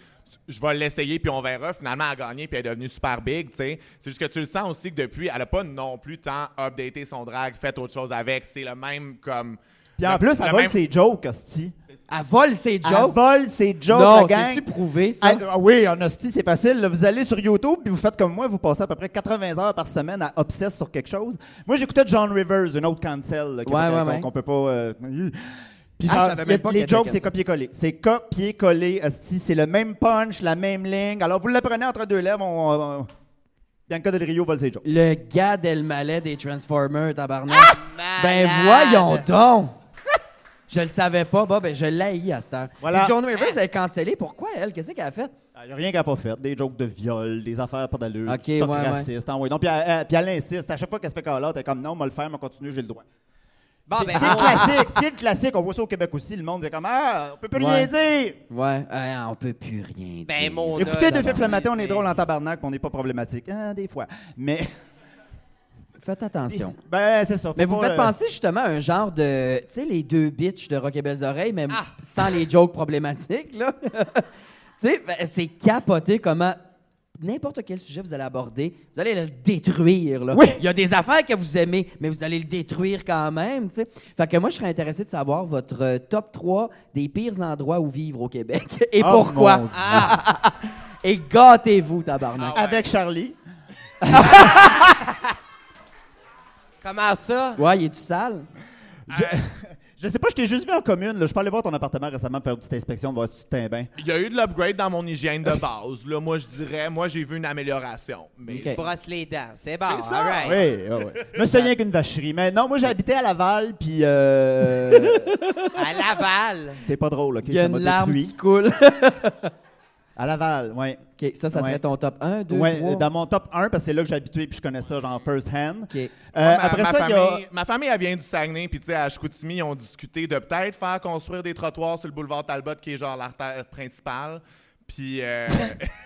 je vais l'essayer puis on verra. Finalement, elle a gagné puis elle est devenue super big, tu sais. C'est juste que tu le sens aussi que depuis, elle a pas non plus tant updaté son drag, fait autre chose avec. C'est le même comme.
Puis en
le-
plus, elle
le
vole
même-
ses jokes, hostie.
Elle vole ses
Elle
jokes.
vole ses jokes,
non,
la gang.
c'est-tu prouvé, ça?
Ah, ah oui, en hostie, c'est facile. là. Vous allez sur YouTube, puis vous faites comme moi, vous passez à peu près 80 heures par semaine à obsesse sur quelque chose. Moi, j'écoutais John Rivers, une autre cancel là, qui-
Ouais,
qu'on
ouais, ouais.
qu'on peut pas... euh, Puis
Ah, je
genre,
savais
les-
même pas qu'il y
les
avait
jokes,
un
c'est
cancel.
copier-coller. C'est copier-coller, hostie. C'est le même punch, la même ligne. Alors, vous l'apprenez entre deux lèvres, on... on- Bianca Del Rio vole ses jokes.
Le gars
Ah!
Ah, d'El Malais des Transformers, tabarnak.
Malade.
Ben voyons Ben, donc! Je le savais pas, bah ben je l'ai à cette heure.
Voilà.
Et Joan Rivers elle est cancellée. Pourquoi elle? Qu'est-ce qu'elle a fait?
Il n'y Ah, a rien qu'elle n'a pas fait. Des jokes de viol, des affaires pas d'allure,
Ok,
du stock
ouais, ouais.
raciste. envoyez donc. Puis elle, elle- puis elle insiste. À chaque fois qu'elle se fait caler, t'es comme non, on va le faire, on va continuer, j'ai le droit.
Bon,
C'est
ben,
c'est le
on-
classique, c'est le classique. On voit ça au Québec aussi. Le monde dit comme ah, on peut plus
Ouais.
rien dire.
Ouais, euh, on peut plus rien.
Ben,
dire.
mon- On a-
Écoutez, deux
d'abord,
fifs le matin, on est
c'est-
drôle en tabarnak, puis on n'est pas problématique. Ah, des fois. Mais.
Faites attention.
Ben, c'est ça.
Mais
Faut
vous me
pas,
faites
euh,
penser justement à un genre de. Tu sais, les deux bitches de Rock et Belles Oreilles, même
Ah!
sans les jokes problématiques, là. tu sais, fait- c'est capoté comment. N'importe quel sujet vous allez aborder, vous allez le détruire. Là.
Oui!
Il y a des affaires que vous aimez, mais vous allez le détruire quand même. tu sais. Fait que moi, je serais intéressé de savoir votre euh, top 3 des pires endroits où vivre au Québec. Et
Oh, mon
pourquoi.
Dieu.
Et gâtez-vous, tabarnak.
Ah ouais.
Avec Charlie.
Comment ça?
Ah!
Ouais, il est tout sale?
Je sais pas, je t'ai juste vu en commune. Là. Je suis pas allé voir ton appartement récemment pour faire une petite inspection, de voir si tu t'es bien.
Il y a eu de l'upgrade dans mon hygiène de base. Là, moi, je dirais, moi, j'ai vu une amélioration. Mais
Ok.
Brosse les dents. C'est bon.
C'est ça.
all right.
Oui, oui, oui. Je me souviens qu'une vacherie. Mais non, moi, j'habitais à Laval, puis euh,
À Laval.
c'est pas drôle, OK?
Il y a
ça
une
m'a
larme
détruit.
qui coule.
À Laval, oui.
OK, ça, ça serait
Ouais.
ton top 1, 2,
Ouais,
3.
euh, dans mon top 1, parce que c'est là que j'habitais, puis je connais ça, genre, first hand.
OK. Ouais,
Euh,
Ah, ma,
après
ma
ça, il y a...
famille, ma famille, elle vient du Saguenay, puis tu sais, à Chicoutimi, ils ont discuté de peut-être faire construire des trottoirs sur le boulevard Talbot, qui est genre l'artère principale. Puis euh,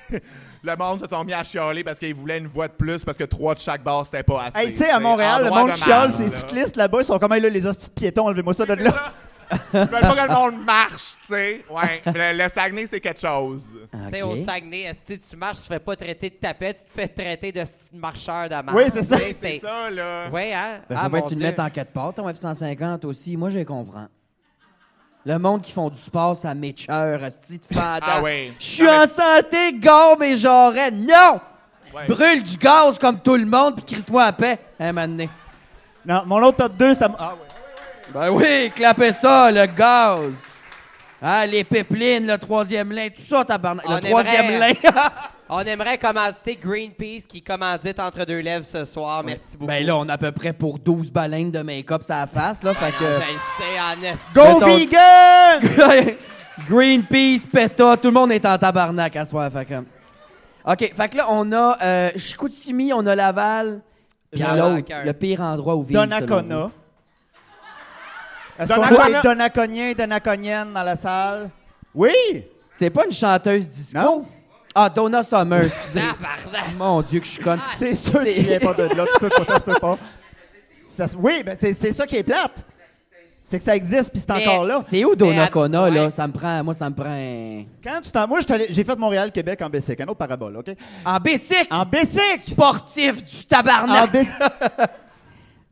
le monde se sont mis à chialer parce qu'ils voulaient une voie de plus, parce que trois de chaque barre, c'était pas assez.
Hey, tu sais, à
t'sais,
Montréal, le
endroit
monde
de
chiale,
marde,
ces
là.
cyclistes là-bas, ils sont comme, hey, là, les hosties de piétons, enlevez-moi ça de
C'est
là.
ça. Ils veulent pas que le monde marche, tu sais. Ouais, le, le Saguenay, c'est quelque chose.
Tu sais, au
Ben,
Saguenay, si tu marches, tu te fais pas traiter de tapette, tu te fais traiter de esti de marcheur de marde.
Oui, c'est ça.
Tu sais,
C'est ça, là.
Oui, hein?
Ben,
ah,
faut bien
mon
que tu le
Dieu.
mettes en quatre parts, ton F-150 aussi. Moi, je les comprends. Le monde qui font du sport, ça m'écheur, asti de fada.
Ah oui.
Je suis en santé, gomme et j'aurais. Non!
Ouais.
Brûle du gaz comme tout le monde, puis crisse-moi à paix. Hein, mané.
Non, mon autre top 2, c'était... Ah, ouais.
Ben oui, clapez ça, le gaz. Ah, les pipelines, le troisième lin, tout ça, tabarnak.
On
Le troisième lin.
aimerait- On aimerait commanditer Greenpeace qui commandite entre deux lèvres ce soir. Merci beaucoup.
ben là, on a à peu près pour 12 baleines de make-up sur la face, là.
Ah,
fait
non,
que...
Je le sais, en esti.
Go
Mettons-
vegan!
Greenpeace, PETA, tout le monde est en tabarnak à soir. Fait comme. OK, fait que là, on a euh, Chicoutimi, on a Laval, puis
Laval,
l'autre,
cœur.
le pire endroit où vivre. selon
Donnacona.
vous.
Est-ce qu'on
Donnacona.
voit les Donaconiens, Donaconiennes dans la salle? Oui!
C'est pas une chanteuse disco?
Non.
Ah, Donna Summer, excusez.
Tabarnak.
Mon Dieu, que je suis conne.
Ah, C'est sûr que tu viens pas de là. Tu peux pas, ça se peut pas. Ça se- oui, mais c'est, c'est ça qui est plate. C'est que ça existe, puis c'est
Mais-
encore là.
C'est où
Mais à-
Donnacona, là?
ouais.
Ça me prend... Moi, ça me prend... un-
Quand tu t'en... Moi, j'étais allé- j'ai fait Montréal-Québec en bicycle. Un autre parabole, OK?
En Bessic!
En bicycle!
Sportif du
En
tabarnak!
bicycle!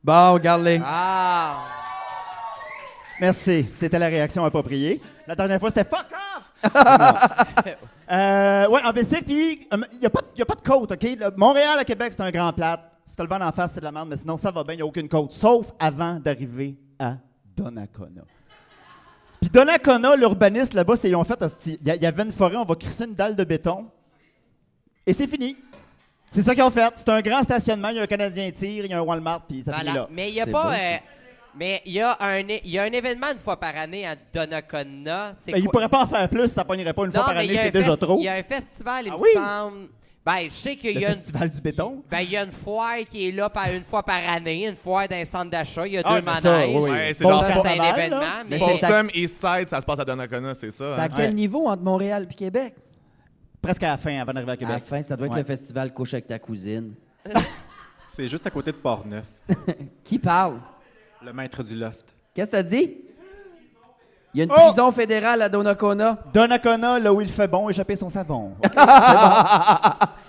Bon, regarde-les.
Ah.
Merci. C'était la réaction appropriée. La dernière fois, c'était « fuck off! Non. Euh, ouais, en bicycle, puis il n'y a, pas de- y a pas de côte, OK? Le- Montréal à Québec, c'est un grand plat. Si t'as le vent en face, c'est de la merde, mais sinon, ça va bien, il n'y a aucune côte. Sauf avant d'arriver à Donnacona. Puis Donnacona, l'urbaniste là-bas, c'est ils ont fait, il y, a- y avait une forêt, on va crisser une dalle de béton, et c'est fini. C'est ça qu'ils ont fait. C'est un grand stationnement, il y a un Canadien tire, il y a un Walmart, puis ça finit
Voilà.
là.
Mais il n'y a
C'est
pas.
beau, ça.
euh, mais il y, a un é- il y a un événement une fois par année à Donnacona. C'est
Ben, il
quoi-
pourrait pas en faire plus, ça pognerait pas une fois par
mais
année,
il y a
c'est
un
déjà
fes-
trop.
Il y a un festival, il
Ah
me
oui?
semble. Ben, je sais qu'il y
Le
a une.
festival du béton.
Ben, il y a une foire qui est là par, une fois par année, une foire d'un centre d'achat. Il y a
Ah,
deux
mais ça,
manèges.
oui, oui.
Ouais, c'est
Bon,
dans
Ça,
Fort-
c'est un
Laval,
événement,
là.
mais.
c'est-
Folsom, Eastside, ça se passe à Donnacona, c'est ça.
C'est à
hein?
quel niveau entre Montréal et Québec?
Presque à la fin, avant d'arriver à
À
Québec.
la fin, ça doit être
Ouais.
le festival Couche avec ta cousine.
C'est juste à côté de Portneuf,
Qui parle?
le maître du loft.
Qu'est-ce que t'as dit? Il y a une
Oh!
prison fédérale à Donnacona.
Donnacona, là où il fait bon, échapper son savon. OK,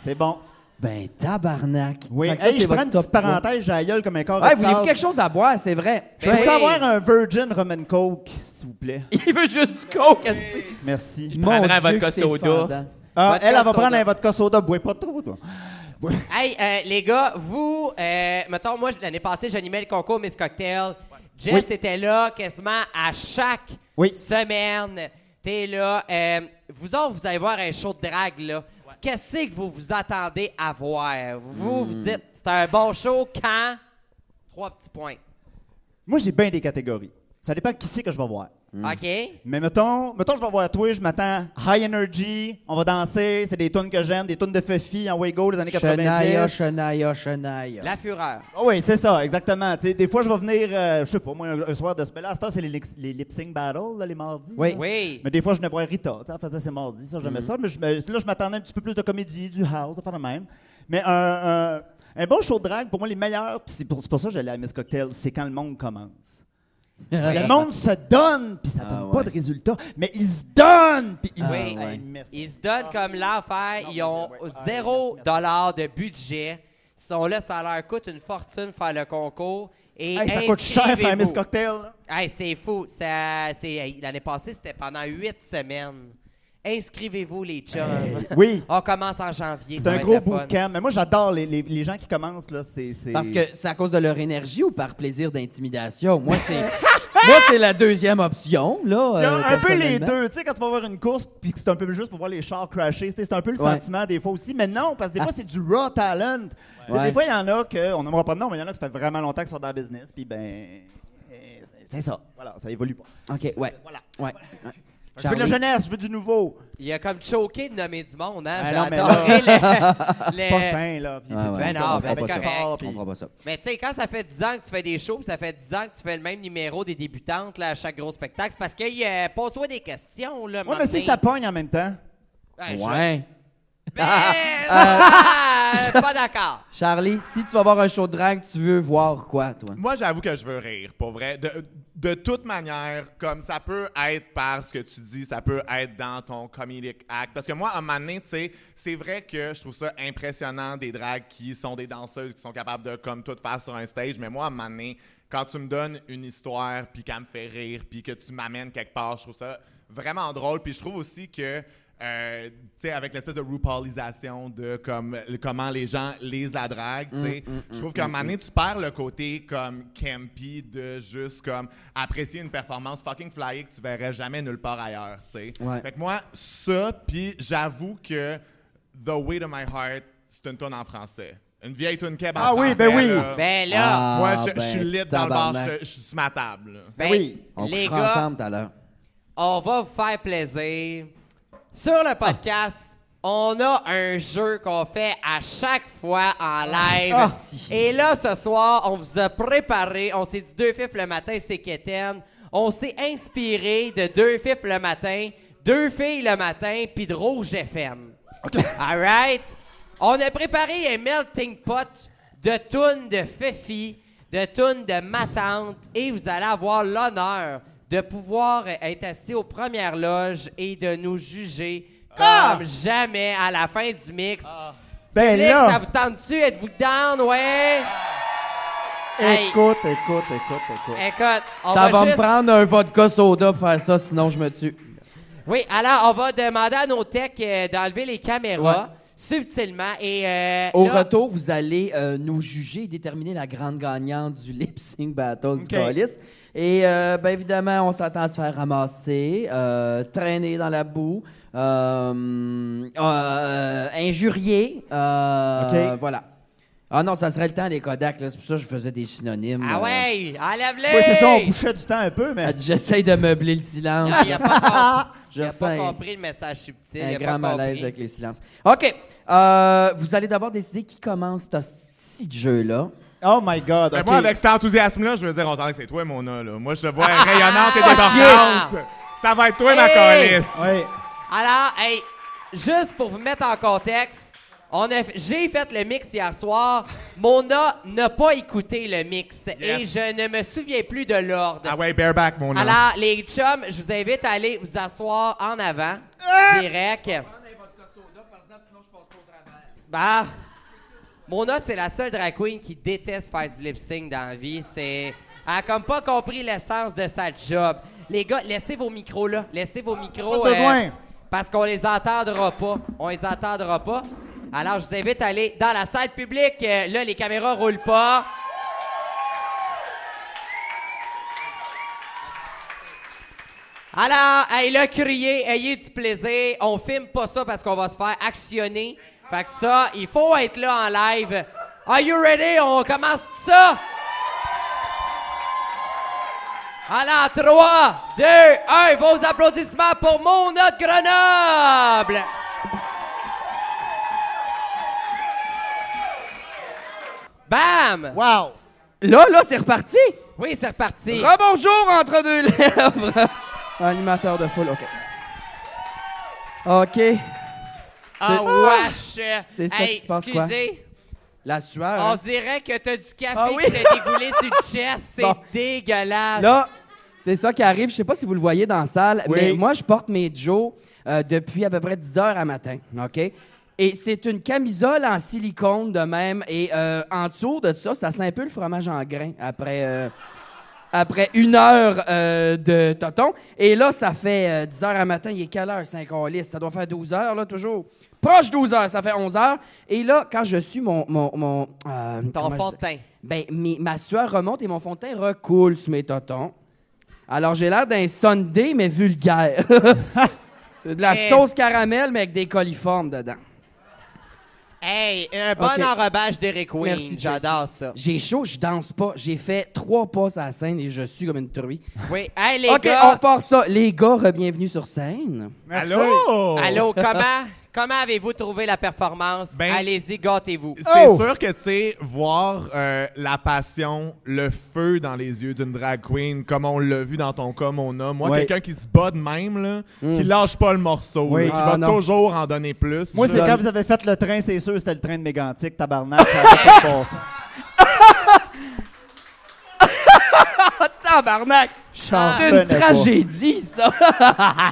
c'est bon.
Ben, tabarnak.
Oui.
Fait que ça,
Hey,
c'est
je
votre
prends une
top
petite parenthèse, j'ai la gueule comme un corps.
trois. Ouais,
de
voulez-vous
sable.
quelque chose à boire, c'est vrai.
Je peux
Hey!
avoir un Virgin Roman Coke, s'il vous plaît?
Il veut juste du coke, asti.
Merci.
Mon
prendrais un
Dieu,
vodka
que c'est
soda.
fendant.
Ah,
Vodka
elle, elle va
soda.
prendre un vodka soda. Bois pas trop, toi.
Hey, euh, les gars, vous, euh, mettons, moi, l'année passée, j'animais le concours Miss Cocktail. Jess était là quasiment à chaque
Oui.
semaine. T'es là. Euh, vous autres, vous allez voir un show de drague, là. Qu'est-ce que vous vous attendez à voir? Vous,
Hmm.
vous dites, c'est un bon show quand? Trois petits points.
Moi, j'ai bien des catégories. Ça dépend qui c'est que je vais voir.
OK?
Mais mettons, mettons, je vais voir toi, je m'attends high energy, on va danser, c'est des tunes que j'aime, des tunes de Fuffy en Way Go des années 90.
Chenaya, Chenaya, Chenaya.
La fureur.
Ah oui, c'est ça, exactement. Tu sais, des fois, je vais venir, euh, je sais pas, moi, un, un soir de semaine. Là, à cette heure, c'est les, lips- les lip sync battles, là, les mardis.
Oui.
là.
Oui.
Mais des fois, je venais voir Rita. tu sais, Elle faisait ses mardis, ça, j'aimais ça. Mais je me- là, je m'attendais un petit peu plus de comédie, du house, de faire le même. Mais un, un- un bon show de drague, pour moi, les meilleurs, puis c'est pour, c'est pour ça que j'allais à Miss Cocktail, c'est quand le monde commence. Le monde se donne, puis ça
Ah
donne
ouais. Ah,
pas de résultat, mais ils se donnent, puis ils se
Oui.
Hey,
ouais.
merci.
Ils se donnent comme l'affaire. Ils ont
vas-y, ouais.
zéro
Ah,
dollar de budget. Ils sont là, ça leur coûte une fortune faire le concours. Et
Hey, ça coûte cher faire un Miss
inscrivez-vous.
Cocktail. là.
Hey, c'est fou. Ça- c'est- hey, L'année passée, c'était pendant huit semaines. Inscrivez-vous, les chums.
Oui.
On commence en janvier.
Ah,
ça
C'est un
va être
gros
le fun.
bootcamp. Mais moi, j'adore les, les- les gens qui commencent, là. C'est, c'est-
Parce que c'est à cause de leur énergie ou par plaisir d'intimidation? Moi, c'est. Moi, c'est la deuxième option, là.
Il y a
euh,
un peu les
personnellement.
deux. Tu sais, quand tu vas voir une course, puis que c'est un peu juste pour voir les chars crasher, tu sais, c'est un peu le
Ouais. Ah.
sentiment des fois aussi. Mais non, parce que des fois, c'est du raw talent. Puis
Ouais.
Des fois, il y en a que, on n'aimera pas de nom, mais il y en a qui ça fait vraiment longtemps qu'ils sont dans le business, puis ben. eh, C'est ça. Voilà, ça évolue pas.
OK, ouais.
Voilà.
Ouais.
Je veux de la
Charlie.
jeunesse, je veux du nouveau.
Il a comme choqué de nommer du monde. Hein?
Ah,
J'ai
non, mais
adoré les-
C'est
les-
pas fin, là. Puis
Ah, Ouais, ouais.
c'est tout
Ben non,
comme
ben
avec
c'est
effort,
correct.
puis-
On fera pas ça.
Mais tu sais, quand ça fait 10 ans que tu fais des shows, puis ça fait 10 ans que tu fais le même numéro des débutantes là, à chaque gros spectacle, c'est parce que euh, pose-toi des questions. Là,
Ouais, mais si ça pogne en même temps.
Ouais. je-
Ouais. Euh.
Ben, non, pas d'accord.
Charlie, si tu vas voir un show de drague, tu veux voir quoi, toi?
Moi, j'avoue que je veux rire, pour vrai. De, de toute manière, comme ça peut être par ce que tu dis, ça peut être dans ton comedic act. Parce que moi, à un moment donné, tu sais, c'est vrai que je trouve ça impressionnant des drags qui sont des danseuses, qui sont capables de comme tout faire sur un stage. Mais moi, à un moment donné, quand tu me donnes une histoire, puis qu'elle me fait rire, puis que tu m'amènes quelque part, je trouve ça vraiment drôle. Puis je trouve aussi que euh, tu sais, avec l'espèce de RuPaulisation de comme le- comment les gens lisent la drague, tu sais, je trouve qu'à un moment donné, tu perds le côté comme campy de juste comme apprécier une performance fucking flyée que tu verrais jamais nulle part ailleurs, tu sais.
Ouais.
Fait que moi, ça, puis j'avoue que The Weight of My Heart, c'est une tonne en français. Une vieille tune keb en
Ah oui,
français,
ben oui.
là.
Ben là,
Ah,
moi, je, je
ben,
suis lit dans le bar,
tabarnak.
je, je suis sur ma table. là.
ben,
oui,
On
les
couchera
gars,
ensemble tout à l'heure.
on va vous faire plaisir. Sur le podcast, on a un jeu qu'on fait à chaque fois en live.
Ah.
Et là, ce soir, on vous a préparé. On s'est dit deux fifs le matin, c'est quétaine. On s'est inspiré de deux fifs le matin, deux filles le matin, puis de Rouge FM. All right? On a préparé un melting pot de tunes de Fifi, de tunes de ma tante, et vous allez avoir l'honneur de pouvoir euh, être assis aux premières loges et de nous juger comme jamais à la fin du mix.
Ben
Public, ça
là,
vous tente-tu? Êtes-vous down? Ouais! Hey,
écoute, écoute, écoute, écoute.
écoute, on va,
Ça va
juste... Ben,
me prendre un vodka soda pour faire ça, sinon je me tue.
Oui, alors on va demander à nos techs euh, d'enlever les caméras subtilement et... euh,
Au
là-
retour, vous allez euh, nous juger et déterminer la grande gagnante du lip sync battle du Calice. Et euh, ben, évidemment, on s'attend à se faire ramasser, euh, traîner dans la boue, euh, euh, injurier. euh,
OK.
Voilà. Ah non, ça serait le temps des Kodak, là, c'est pour ça que je faisais des synonymes.
Ah
euh.
ouais, enlève-les!
Oui, c'est ça, on bouchait du temps un peu,
Euh,
mais.
J'essaye de meubler le silence.
Ah, Il a pas, com-
Je
il a pas
sais.
compris le message subtil.
un
il a
grand
pas compris.
malaise avec les silences. OK. euh, vous allez d'abord décider qui commence ce petit jeu-là.
Oh my god.
Ben
ok.
moi, avec cet enthousiasme-là, je veux dire, on dirait que c'est toi, mon là. Moi, je te vois rayonnante et
Ah!
débordante. Ça va être toi, ma
Hey!
calice.
Oui.
Alors, hey, juste pour vous mettre en contexte, on a, f- j'ai fait le mix hier soir. Mona n'a pas écouté le mix et je ne me souviens plus de l'ordre.
Ah ouais, bareback, mon homme.
Alors, les chums, je vous invite à aller vous asseoir en avant,
Ah!
direct. Bah, Mona, c'est la seule drag queen qui déteste faire du lip sync dans la vie. C'est, elle a comme pas compris l'essence de sa job. Les gars, laissez vos micros là, laissez vos micros. euh,
pas besoin.
parce qu'on les entendra pas, on les entendra pas. Alors, je vous invite à aller dans la salle publique. Euh, Là, les caméras roulent pas. Alors, hey, là, criez, ayez du plaisir. On filme pas ça parce qu'on va se faire actionner. Fait que ça, il faut être là en live. Are you ready? On commence ça! Alors, 3, 2, 1, vos applaudissements pour mon autre Grenoble! Bam!
Wow!
Là, là, c'est reparti.
Oui, c'est reparti.
Rebonjour entre deux lèvres. Animateur de foule, OK. OK.
Ah, wesh!
C'est ça
Hey,
qui se passe, quoi?
excusez,
La sueur.
on
hein.
dirait que t'as du café
Ah oui?
qui t'a dégoulé sur le chest. C'est
Bon.
dégueulasse.
Là, c'est ça qui arrive. Je sais pas si vous le voyez dans la salle,
Oui.
mais moi, je porte mes Joe euh, depuis à peu près 10 heures à matin. OK? Et c'est une camisole en silicone de même. Et euh, en dessous de ça, ça sent un peu le fromage en grain après, euh, après une heure euh, de tonton. Et là, ça fait euh, 10 heures à matin. Il est quelle heure, 5 liste? Ça doit faire 12 heures, là, toujours. Proche 12 heures, ça fait 11 heures. Et là, quand je suis mon. mon, mon euh, comment
Ton
je
fond
dis-
de teint.
ben, mes- ma sueur remonte et mon fond de teint recoule sur mes totons. Alors, j'ai l'air d'un Sunday, mais vulgaire. C'est de la
Yes.
sauce caramel, mais avec des coliformes dedans.
Hey, un bon
Ok.
enrobage d'Eric
Merci,
Wayne. J'adore ça.
J'ai chaud, je danse pas. J'ai fait trois pas à la scène et je suis comme une truie.
Oui. Hey, les
OK, on
gars.
repart ça. Les gars, bienvenue sur scène.
Merci.
Allô?
Allô, comment, comment avez-vous trouvé la performance?
Ben-
Allez-y, gâtez-vous.
C'est
Oh!
sûr que, tu sais, voir euh, la passion, le feu dans les yeux d'une drag queen, comme on l'a vu dans ton com, on a. Moi,
Ouais. Hmm.
quelqu'un qui se bat de même, là, qui lâche pas le morceau,
Oui.
là, qui
Ah,
va
non.
toujours en donner plus.
Moi,
là.
c'est quand vous avez fait le train, c'est sûr, c'était le train de Mégantic, tabarnak. ça avait pas de bon sens.
Tabarnak!
J'en
C'est
revenais
Ah, une
pas. Euh,
tragédie, ça!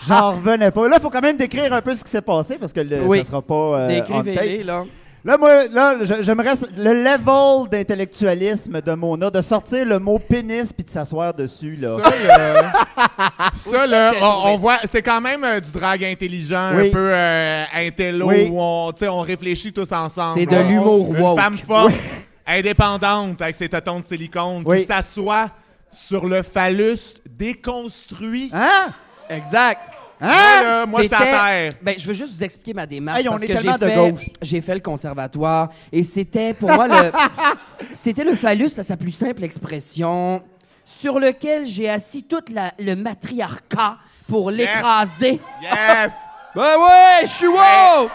J'en revenais pas. Là, il faut quand même décrire un peu ce qui s'est passé parce que le,
Oui.
ça sera pas. euh, on tape.
Décrivez-les, là.
Là, moi, là, je- j'aimerais s- le level d'intellectualisme de Mona, de sortir le mot pénis puis de s'asseoir dessus, là.
Ça, là, ça, là,
t'as
on,
trouvé
on voit, c'est quand même euh, du drag intelligent,
Oui.
un peu euh, intello,
Oui.
où on, tu sais, on réfléchit tous ensemble.
C'est de
On-
l'humour
Une
woke.
femme forte, indépendante, avec ses tâtons de silicone,
Oui.
qui s'assoit sur le phallus
Ah.
déconstruit.
Hein?
Exact.
Moi, là, moi, j'étais
Hein? C'était-
à terre.
Ben, je veux juste vous expliquer ma démarche
Hey, on
parce
est
que j'ai
tellement de
fait,
gauche.
j'ai fait le conservatoire et c'était pour moi le, c'était le phallus à sa plus simple expression sur lequel j'ai assis tout la- le matriarcat pour l'écraser.
Yes!
Ben ouais, je suis wow!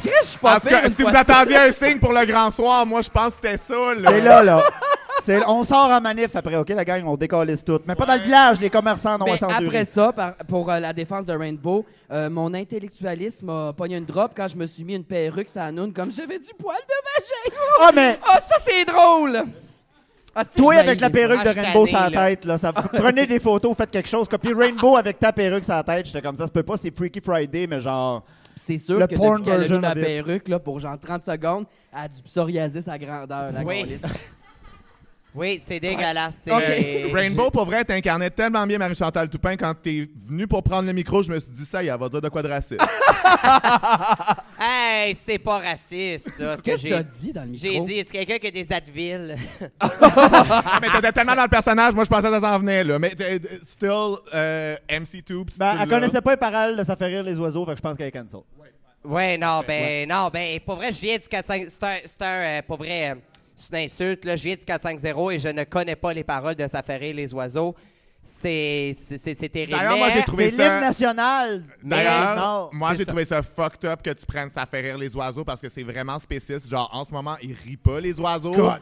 Qu'est-ce que je suis pas
En tout
pire
cas,
une
si
fois de
vous attendiez un signe pour le grand soir, moi, je pense que c'était ça, là.
C'est là, là. C'est- On sort en manif après, OK, la gang, on décalisse tout. Mais pas dans le village, les commerçants non
Mais
ascendurés.
Ben, après ça, par- pour euh, la défense de Rainbow, euh, mon intellectualisme a pogné une drop quand je me suis mis une perruque ça noune comme j'avais du poil de vagin.
Ah, mais
Ah, ça, c'est drôle! Ah, si,
toi,
je
avec la
m'haïs,
perruque de
Ah, je
Rainbow
suis
sur la
tanné, là.
tête, là, ça, prenez des photos, faites quelque chose. Puis Rainbow avec ta perruque sur la tête, j'étais comme ça, ça peut pas, c'est Freaky Friday, mais genre...
C'est sûr
Le
que
porn
depuis qu'elle a
version
mis ma
of it.
perruque, là, pour genre 30 secondes, elle a du psoriasis à grandeur, la
Oui.
câlisse.
Oui, c'est dégueulasse. c'est-
Ok.
Euh, Rainbow, pour vrai, t'incarnais tellement bien Marie-Chantal Toupin. Quand t'es venu pour prendre le micro, je me suis dit ça, il va dire de quoi de raciste.
Hey, c'est pas raciste, ça. ce que
Qu'est-ce que t'as
j'ai
dit dans le micro?
J'ai dit, est-ce quelqu'un qui a des Advil?
Ah, mais t'étais tellement dans le personnage, moi je pensais que ça s'en venait, là. Mais t'es- t'es- still, euh, MC Tube. si
Ben,
tu
elle
l'as.
connaissait pas les paroles de Ça fait rire les oiseaux, fait que je pense qu'elle est cancel.
ouais, non, ben, non, ben, pour vrai, je viens du 4-5. C'est un, c'est un, euh, pour vrai, euh, c'est une insulte, là. Je viens du 4-5-0 et je ne connais pas les paroles de Safaré les oiseaux. C'est, c'est, c'est- c'est terrible.
D'ailleurs, moi, j'ai
Mais-
trouvé-
C'est
trouvez
l'hymne
ça-
national.
D'ailleurs,
Mais non.
moi
c'est
j'ai
ça.
trouvé ça fucked up que tu prennes ça fait rire les oiseaux parce que c'est vraiment spéciste. Genre en ce moment, ils rient pas les oiseaux.
God.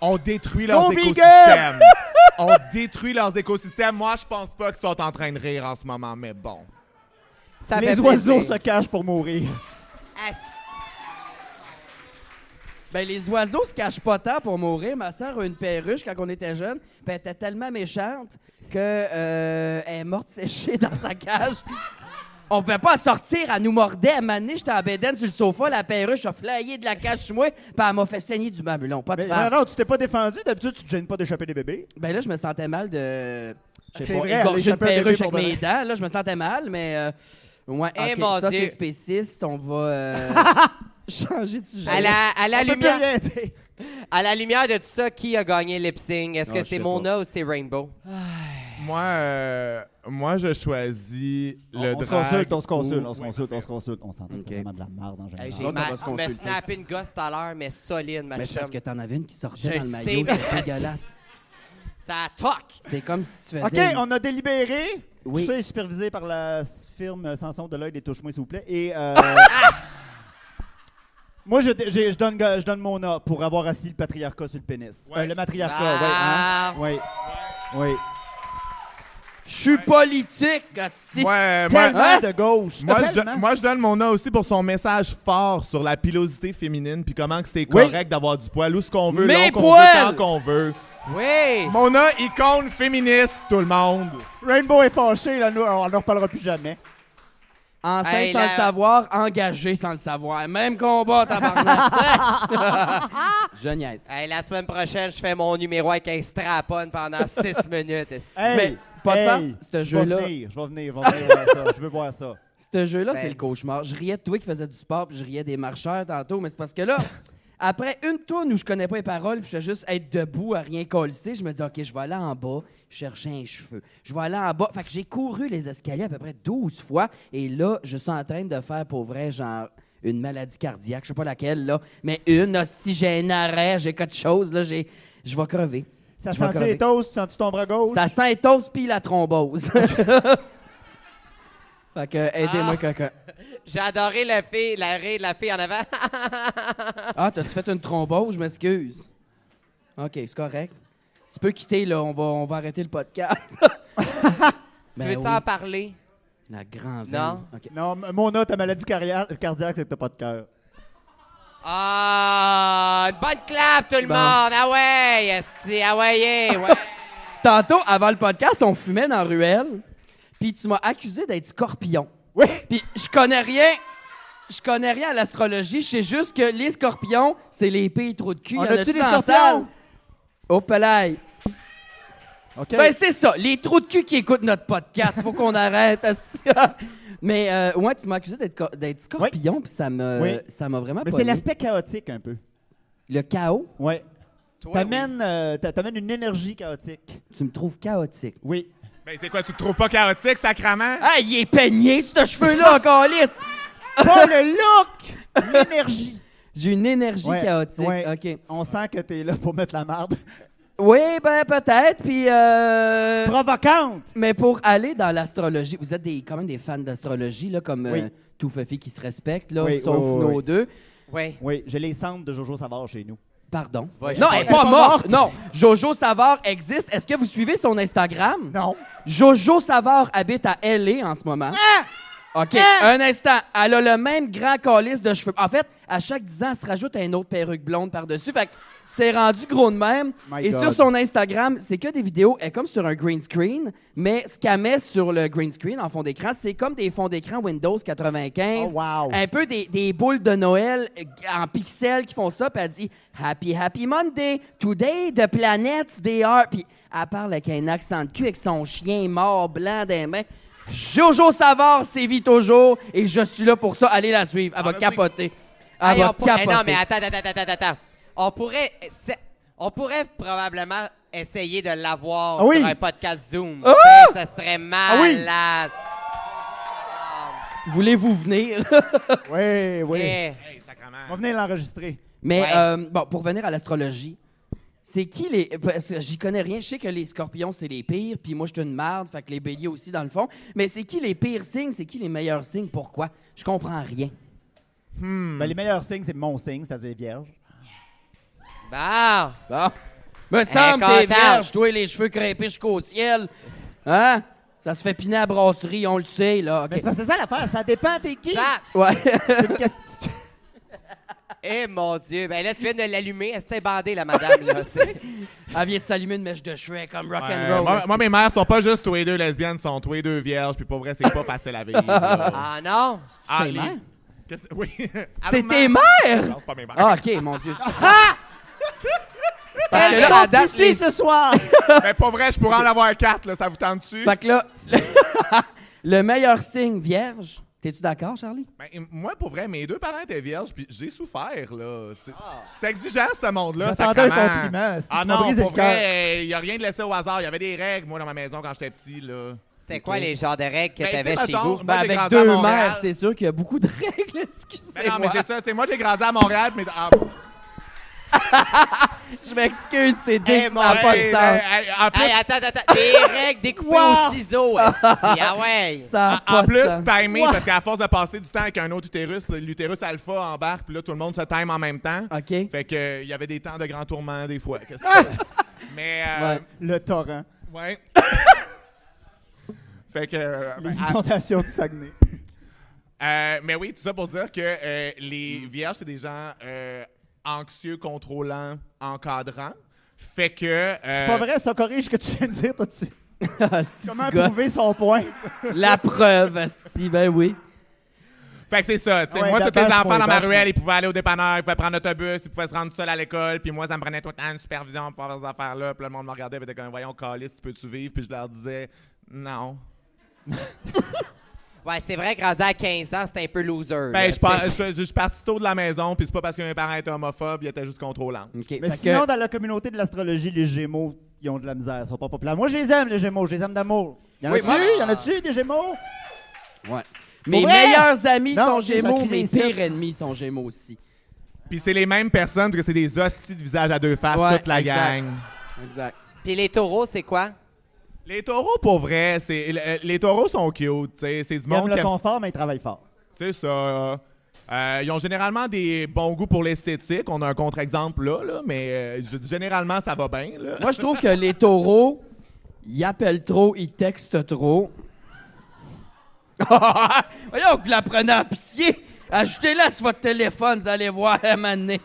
On détruit leurs
Go
écosystèmes. On détruit leurs écosystèmes. Moi, je pense pas qu'ils sont en train de rire en ce moment, mais bon.
ça fait
les oiseaux
plaisir.
se cachent pour mourir.
Ah,
Ben, les oiseaux se cachent pas tant pour mourir. Ma sœur a eu une perruche quand on était jeune. Ben, elle était tellement méchante que euh, elle est morte séchée dans sa cage. On pouvait pas sortir, elle nous mordait. À m'amener, j'étais en bédaine sur le sofa, la perruche a flayé de la cage chez moi, puis elle m'a fait saigner du mamelon. Pas de
Mais
farce.
non, non, tu t'es pas défendu. D'habitude, tu te gênes pas d'échapper des bébés.
Ben là, je me sentais mal de. Je
C'est
sais pas,
vrai, aller
égorger une
choper un bébé
perruche
pour
avec
de
mes
vrai.
dents. Là, je me sentais mal, mais. Euh, ouais,
Eh,
ok,
mon
ça,
Dieu.
c'est spéciste. On va euh, changer de sujet.
À la, à la
On peut plus
lumière,
rien dire.
à la lumière de tout ça, qui a gagné lip sync? Est-ce
Ah,
que
je
c'est
sais pas.
Mona ou c'est Rainbow?
Moi, euh, moi, je choisis le
on, on se
drag
consulte, on se consulte,
ou-
on se consulte, on se consulte. On s'entend c'est vraiment de la merde en
Hey,
général.
j'ai
on va
mal.
se
Tu m'as
consulter.
snappé une gosse tout à l'heure, mais solide, ma
Mais c'est
chum.
parce que t'en avais une qui sortait
Je
dans le
le
maillot.
sais,
C'était
mais-
dégueulasse.
Ça toque.
C'est comme si tu faisais.
OK, on a délibéré.
Oui.
Tout ça est supervisé par la firme Sanson de l'œil des touche-moi, s'il vous plaît. Et. euh,
Ah!
Moi, je, j'ai- je donne, je donne mon A pour avoir assis le patriarcat sur le pénis. Euh, le matriarcat,
Ah.
oui. hein? Oui. Oui.
Je suis politique, hostie.
Ouais, moi,
Tellement
Hein?
de gauche.
moi,
tellement.
je, moi, je donne mon nom aussi pour son message fort sur la pilosité féminine, puis comment que c'est
Oui.
correct d'avoir du poil, où ce qu'on veut,
Mes
là qu'on veut,
poils!
quand qu'on veut.
Oui.
Mon nom, icône féministe, tout le monde.
Rainbow est fâché, là, nous, on ne reparlera plus jamais.
Enceinte
Hey,
sans
la-
le savoir, engagée sans le savoir. Même combat, tabarnak. je niaise.
Hey, la semaine prochaine, je fais mon numéro avec un strapon pendant 6 minutes. esti.
Hey,
Mais pas de
hey,
farce, ce jeu-là.
Je vais venir, je vais venir, je vais venir voir ça. Je veux voir ça.
Ce jeu-là,
Ben-
c'est le cauchemar. Je riais de toi qui faisais du sport, puis je riais des marcheurs tantôt, mais c'est parce que là, après une tourne où je connais pas les paroles, puis je fais juste être debout à rien colisser, je me dis, OK, je vais aller en bas chercher un cheveu. Je vais aller en bas. Fait que j'ai couru les escaliers à peu près 12 fois, et là, je suis en train de faire pour vrai, genre, une maladie cardiaque, je sais pas laquelle, là, mais une, hostie, j'ai un arrêt, j'ai quelque chose, là, j'ai. Je vais crever.
Ça
Je vais
sent-tu
crever.
les toasts? Sens-tu ton bras gauche?
Ça sent toast puis la thrombose. fait que, aidez-moi,
Ah.
quelqu'un.
J'ai adoré la fille, la rire de la fille en avant.
Ah, t'as-tu fait une thrombose? Je m'excuse. OK, c'est correct. Tu peux quitter, là. On va, on va arrêter le podcast.
tu
Ben
veux-tu
oui.
en parler?
La grande
Non.
Non, m- mon A, ta maladie cardia- cardiaque, c'est que t'as pas de cœur.
Ah, une bonne clap, tout le
Bon.
monde. Ah ouais, esti, ah ouais, yeah, ouais.
Tantôt, avant le podcast, on fumait dans la ruelle. Puis tu m'as accusé d'être scorpion.
Oui!
Puis je connais rien. Je connais rien à l'astrologie. Je sais juste que les scorpions, c'est les pays trop de cul.
On
Y en
a-tu
a-tu
des
dans la
scorpions?
salle? Oh, pelaille.
OK.
Ben, c'est ça. Les trous de cul qui écoutent notre podcast. Faut qu'on arrête. asti. Mais, euh, ouais, tu m'as accusé d'être co- d'être scorpion, puis ça me-
Oui.
ça m'a vraiment
Mais c'est
pogné.
l'aspect chaotique un peu.
Le chaos,
Ouais.
Toi,
T'amènes euh, t'a- t'amènes une énergie chaotique.
tu me trouves chaotique.
Oui.
Ben, c'est quoi, tu te trouves pas chaotique, sacrament?
Ah, il est peigné, ce cheveu-là, encore lisse!
Pas le look! L'énergie.
J'ai une énergie
Ouais,
chaotique.
ouais.
OK.
On sent que t'es là pour mettre la marde.
Oui, ben, peut-être, puis... euh,
Provocante!
Mais pour aller dans l'astrologie, vous êtes des, quand même des fans d'astrologie, là, comme euh,
Oui.
tout Fuffy qui se respecte, là,
Oui,
sauf
oui, oui,
nos
oui.
deux.
oui. Ouais.
Oui, j'ai les cendres de Jojo Savard chez nous.
Pardon.
Ouais, je
non,
sais
elle n'est pas
pas. Elle est pas
morte. Non, Jojo Savard existe. Est-ce que vous suivez son Instagram?
Non.
Jojo Savard habite à L.A. en ce moment.
Ah!
OK, un instant. Elle a le même grand calice de cheveux. En fait, à chaque 10 ans, elle se rajoute une autre perruque blonde par-dessus. Fait que c'est rendu gros de même.
My
Et
God.
sur son Instagram, c'est que des vidéos. Elle est comme sur un green screen, mais ce qu'elle met sur le green screen en fond d'écran, c'est comme des fonds d'écran Windows 95.
Oh, wow.
Un peu des, des boules de Noël euh, en pixels qui font ça. Puis elle dit Happy, Happy Monday. Today, the planets, they are. Puis elle parle avec un accent de cul, avec son chien mort blanc des mains. Jojo Savard sévit toujours et je suis là pour ça. Allez la suivre.
Ah,
Elle va
mais
capoter. Elle
Hey,
va
on pour- hey,
capoter.
non, mais attends, attends, attends, attends, attends. On pourrait, essa- on pourrait probablement essayer de l'avoir
Ah oui.
sur un podcast Zoom.
Ah!
Ça, Ça serait
oui.
malade.
Voulez-vous venir?
Oui, oui.
Eh.
Hey,
On va
sacrement.
venir l'enregistrer.
Mais
Ouais.
euh, bon, pour venir à l'astrologie, c'est qui les. Parce que j'y connais rien. Je sais que les scorpions, c'est les pires. Puis moi, je suis une marde. Fait que les béliers aussi, dans le fond. Mais c'est qui les pires signes? C'est qui les meilleurs signes? Pourquoi? Je comprends rien. Hmm.
Ben, les meilleurs signes, c'est mon signe, c'est-à-dire vierge.
Bon.
Bon. Me semble que t'es
content.
vierge, toi, les cheveux crêpés jusqu'au ciel. Hein? Ça se fait piner à la brasserie, on le sait, là. OK.
Mais c'est parce que c'est ça l'affaire, ça dépend t'es qui.
Bah!
Clap.
Ouais.
C'est une question-
Eh mon Dieu. Ben là, tu viens de l'allumer. Elle s'était bandée, la madame. là.
Elle vient de s'allumer une mèche de cheveux comme rock
Ouais,
and roll.
moi, moi, mes mères sont pas juste tous les deux lesbiennes, sont tous les deux vierges, puis pour vrai, c'est pas facile à vivre. là.
Ah non.
Ah,
tes
les-
mères?
Qu'est-ce- Oui.
c'est
Allô,
tes
mère?
mères!
Non, c'est pas mes mères.
Ah, OK, mon Dieu.
Elles
que là, à
sont
date,
ici
les-
ce soir.
Mais Ben, pour vrai, je pourrais en avoir quatre, là, ça vous tente-tu?
Fait que là, le meilleur signe vierge. T'es-tu d'accord, Charlie?
Ben, et moi, pour vrai, mes deux parents étaient vierges, puis j'ai souffert, là. C'est
Ah.
c'est exigeant, ce monde-là,
J'attendais un
sacrément.
compliment, si tu
Ah
m'as
non,
brisé
pour
le cœur.
vrai, il n'y a rien de laissé au hasard. Il y avait des règles, moi, dans ma maison, quand j'étais petit, là.
C'était quoi les genres de règles que
Ben,
t'avais
tu sais,
chez
mettons,
vous?
Moi, j'ai
avec
grandi à
deux
Montréal.
mères, c'est sûr qu'il y a beaucoup de règles,
Ben non, mais
excusez-moi.
c'est ça. Tu sais, moi, j'ai grandi à Montréal, mais... ah,
Je m'excuse, c'est
Eh,
dé, ça
mon
n'a pas de
Hey,
sens.
ben, hey, hey, en plus,
Hey, attends, attends. Des règles découpées au ciseau. esti. Ah ouais.
Ça n'a
en
pas de
plus,
sens.
timé, parce qu'à force de passer du temps avec un autre utérus, l'utérus alpha embarque, puis là, tout le monde se time en même temps.
OK.
Fait que euh, il y avait des temps de grand tourment des fois. Qu'est-ce que tu veux? Mais euh,
Le torrent.
ouais. fait que euh,
Les
ben,
inondations du Saguenay.
euh, mais oui, tout ça pour dire que euh, les vierges c'est des gens euh, anxieux, contrôlants, encadrants. Fait que euh,
C'est pas vrai, ça corrige ce que tu viens de dire tout de suite.
Ah, c'est-tu
Comment
gosse.
prouver son point?
La preuve, si ben oui.
Fait que c'est ça. tu sais,
Ah ouais,
moi, tous les
d'attache,
enfants
point,
dans ma
d'attache,
ruelle,
point.
ils pouvaient aller au dépanneur, ils pouvaient prendre l'autobus, ils pouvaient se rendre seuls à l'école. Puis moi, ça me prenait tout le temps une supervision pour faire ces affaires-là. Puis là, le monde me regardait, puis était comme, voyons, Calis, tu peux-tu vivre? Puis je leur disais, non.
Ouais, c'est vrai que rendu à 15 ans, c'est un peu loser. là,
Ben, je,
tu
pars-
sais.
je, je- je suis parti tôt de la maison, puis c'est pas parce que mes parents étaient homophobes, ils étaient juste contrôlants.
OK.
Mais
fait
sinon,
que-
dans la communauté de l'astrologie, les Gémeaux, ils ont de la misère, ils sont pas populaires. Moi, je les aime, les Gémeaux, je les aime d'amour. Y en
Oui,
a-tu?
moi-
Y en a-tu, des Gémeaux?
ouais. Mes
vrai?
meilleurs amis
Non,
sont
c'est ça
gémeaux,
qui
mes
les cite.
pires ennemis sont gémeaux aussi.
Puis c'est les mêmes personnes, parce que c'est des hosties de visage à deux faces,
Ouais,
toute la
exact.
gang.
Exact.
Puis les taureaux, c'est quoi?
Les taureaux, pour vrai, c'est, le- euh, les taureaux sont cute, tu sais. C'est du
Ils aiment
monde qui
le
aime-
confort, mais ils travaillent fort.
C'est ça. Euh, ils ont généralement des bons goûts pour l'esthétique. On a un contre-exemple là, là, mais euh, je- généralement, ça va bien. là.
Moi, je trouve que les taureaux, ils appellent trop, ils textent trop. Voyons que vous la prenez en pitié. Ajoutez-la sur votre téléphone, vous allez voir à un moment donné.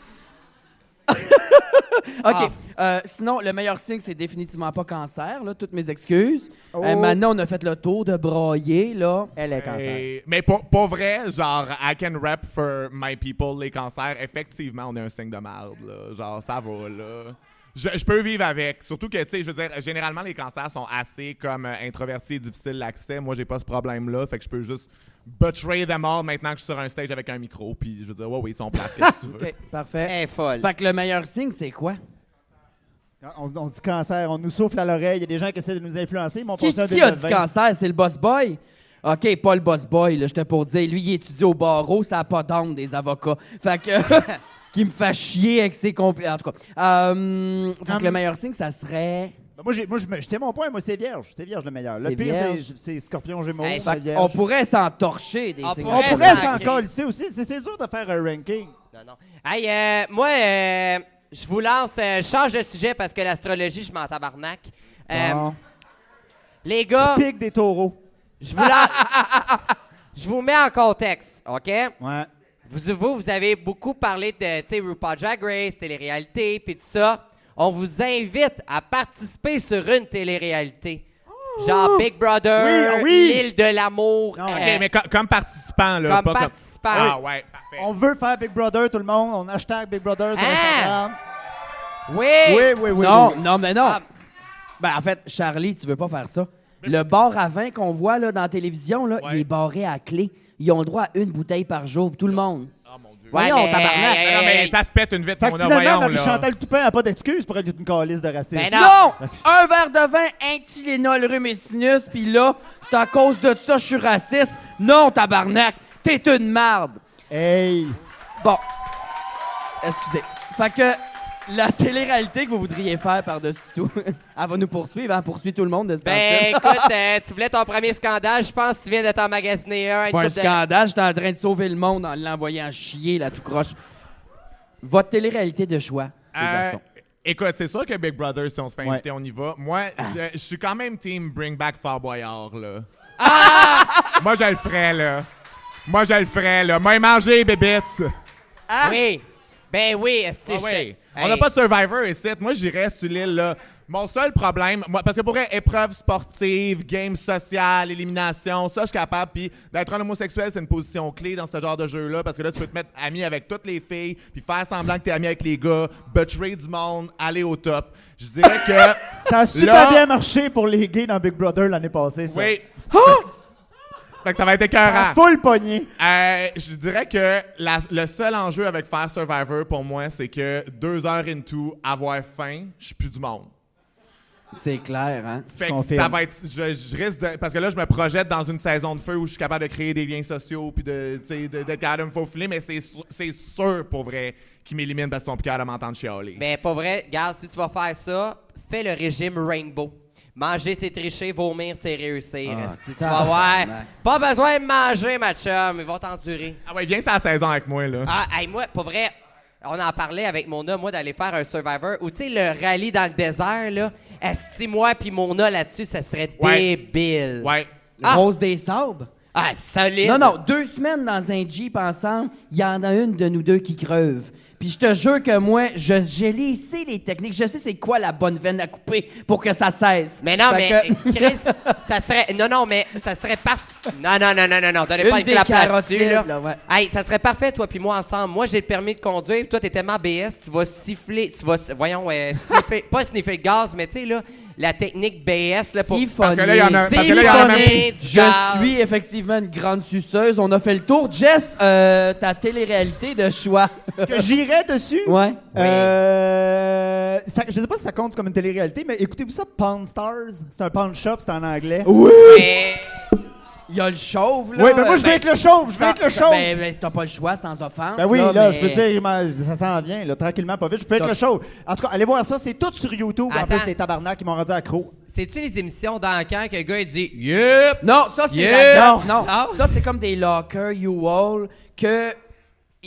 OK. euh, sinon, le meilleur signe, c'est définitivement pas cancer, là. Toutes mes excuses.
Oh.
Euh, maintenant, on a fait le tour de broyer, là.
Elle est cancer.
Et- mais pour, pour vrai, genre, I can rap for my people, les cancers. Effectivement, on est un signe de merde, là. Genre, ça va, là. Je, je peux vivre avec. Surtout que, tu sais, je veux dire, généralement, les cancers sont assez comme euh, introvertis et difficiles d'accès. Moi, j'ai pas ce problème-là. Fait que je peux juste betray them all maintenant que je suis sur un stage avec un micro. Puis je veux dire, ouais, oui, ils sont plates, qu'est-ce que tu veux.
OK, parfait.
Elle est folle.
Fait que le meilleur signe, c'est quoi?
On, on dit cancer, on nous souffle à l'oreille, il y a des gens qui essaient de nous influencer, mais on
Qui,
pense à
qui a dit cancer? C'est le boss boy? OK, pas le boss boy, là, j'étais pour dire. Lui, il étudie au barreau, ça n'a pas d'âme des avocats. Fait que... qui me fait chier avec ses compétences. En tout cas. Euh, fait que
Hum.
le meilleur signe, ça serait...
Ben, Moi, j'ai- moi je me- je tiens mon point, moi, c'est vierge. C'est vierge le meilleur.
C'est
Le pire,
Vierge.
c'est- c'est scorpion, gémeaux,
Hey,
c'est
fait-
vierge.
On pourrait s'en torcher des
On
signes.
On
pourrait
pourrait
s'en
s'en
crisser.
coller aussi. C'est c'est dur de faire un ranking.
Non, non. Hey, euh, moi, euh, je vous lance, euh, je change de sujet parce que l'astrologie, je m'en tabarnak. Euh,
Bon.
Les gars,
Pique des taureaux.
je vous lance. Je vous mets en contexte, OK?
Ouais.
Vous, vous, vous avez beaucoup parlé de tu sais, RuPaul Drag Race, télé-réalité, puis tout ça. On vous invite à participer sur une télé-réalité. Genre Big Brother,
Oui, ah oui!
L'île de l'amour.
Non,
OK,
euh,
mais co- comme participant, là.
Comme
pas
participant.
Ah, ouais, parfait.
On veut faire Big Brother, tout le monde. On hashtag Big Brother sur
Hein?
Instagram.
Oui!
oui,
non, non, mais non.
Ah.
Ben, en fait, Charlie, tu veux pas faire ça. Le bar à vin qu'on voit là, dans la télévision, là, il
Ouais.
est barré à clé. Ils ont le droit à une bouteille par jour, tout le monde.
Ah, mon Dieu.
Ouais,
Voyons,
mais-
tabarnak.
Mais non, mais ça se pète une vite,
Fait
mon
que
homme,
finalement,
voyons, là.
Marie-Chantal Toupin n'a pas d'excuse pour être une calice de racisme.
Ben
Non! Un verre de vin, un Tylenol rhume et sinus, puis là, c'est à cause de ça je suis raciste. Non, tabarnak, t'es une marde.
Hey!
Bon. Excusez. Fait que la télé-réalité que vous voudriez faire par-dessus tout, elle va nous poursuivre, hein, poursuit tout le monde de ce
Ben
temps-ci.
écoute, euh, tu voulais ton premier scandale, je pense que tu viens de t'emmagasiner un. une
Pas un
couple de-
scandale, j'étais en train de sauver le monde en l'envoyant chier, là, tout croche. Votre télé-réalité de choix, les
Euh,
garçons.
Écoute, c'est sûr que Big Brother, si on se fait
Ouais.
inviter, on y va. Moi, je- je suis quand même team Bring Back Fort Boyard, là.
Ah!
Moi, je le ferais, là. Moi, je le ferais, là. Moi, manger, bébête.
Ah! Oui. Ben oui, esti,
Ah
je
ouais.
te-
On n'a
Hey.
pas de Survivor ici. Moi, j'irais sur l'île, là. Mon seul problème, moi, parce que pour vrai, épreuve sportive, game sociale, élimination, ça, je suis capable. Puis d'être un homosexuel, c'est une position clé dans ce genre de jeu-là, parce que là, tu peux te mettre ami avec toutes les filles, puis faire semblant que t'es ami avec les gars, butcherer du monde, aller au top. Je dirais que...
Ça a super
Là-
bien marché pour les gays dans Big Brother l'année passée, ça.
oui. fait que ça va être écœurant.
Ça a Full pogné.
Euh, je dirais que la- le seul enjeu avec faire Survivor pour moi, c'est que deux heures into, avoir faim, je suis plus du monde.
C'est clair, hein?
Fait que
Confirme.
ça va être. Je, je risque de- Parce que là, je me projette dans une saison de feu où je suis capable de créer des liens sociaux puis de, tu sais, de- d'être capable de me faufiler, mais c'est sûr, c'est sûr pour vrai qu'ils m'éliminent parce qu'ils sont plus capables de m'entendre chialer.
Mais pas Ben, vrai, regarde, si tu vas faire ça, fais le régime rainbow. Manger, c'est tricher, vomir, c'est réussir.
Ah,
esti. tu vas voir.
tabarnak.
Pas besoin de manger, ma chum, ils vont t'endurer.
Ah ouais, viens, c'est la saison avec moi, là.
Ah, hey, moi, pas vrai. On en parlait avec Mona, moi, d'aller faire un Survivor ou, tu sais, le rallye dans le désert, là. Esti, moi, puis Mona là-dessus, ça serait
Ouais.
débile.
Ouais.
Ah!
Rose des Sables?
Ah, solide.
Non, non, deux semaines dans un Jeep ensemble, il y en a une de nous deux qui creuve. Puis je te jure que moi, je, je les sais, les techniques. Je sais c'est quoi la bonne veine à couper pour que ça cesse.
Mais non,
Fait
mais
que-
Chris, ça serait. Non, non, mais ça serait parfait. Non, non, non, non, non, non, donnez
Une
pas une
des
clap
carottides,
là-dessus, là.
là, ouais.
Hey, ça serait parfait, toi puis moi ensemble. Moi, j'ai le permis de conduire, toi, t'es tellement BS, tu vas siffler, tu vas. Voyons, euh, sniffer- pas sniffer le gaz, mais tu sais, là, la technique BS, là, pour.
Siphonner.
Parce que là, il y en a- parce que là, il y en a même-
Siphonner du gaz.
Je suis effectivement une grande suceuse. On a fait le tour. Jess, euh, ta télé-réalité de choix.
Que j'irais dessus?
ouais.
Euh, ça- je sais pas si ça compte comme une télé-réalité, mais écoutez-vous ça, Pawn Stars? C'est un pawn shop, c'est en anglais.
Oui!
Mais-
Il y a le chauve, là.
oui, mais moi, je vais
Ben,
être le chauve! Je vais
ça-
être le
ça-
chauve!
Ben, ben, t'as pas le choix, sans offense.
Ben oui, là, je
mais-
veux dire, il m'en- ça s'en vient, là, tranquillement, pas vite. Je peux être
Donc-
le show. En tout cas, allez voir ça, c'est tout sur YouTube. En
Attends.
plus, des tabarnak qui m'ont rendu accro.
C'est-tu les émissions dans le camp que le gars, il dit Yup!
Non, ça c'est
Yeah!
la- non, non.
Ah.
Ça c'est comme des lockers U-Haul que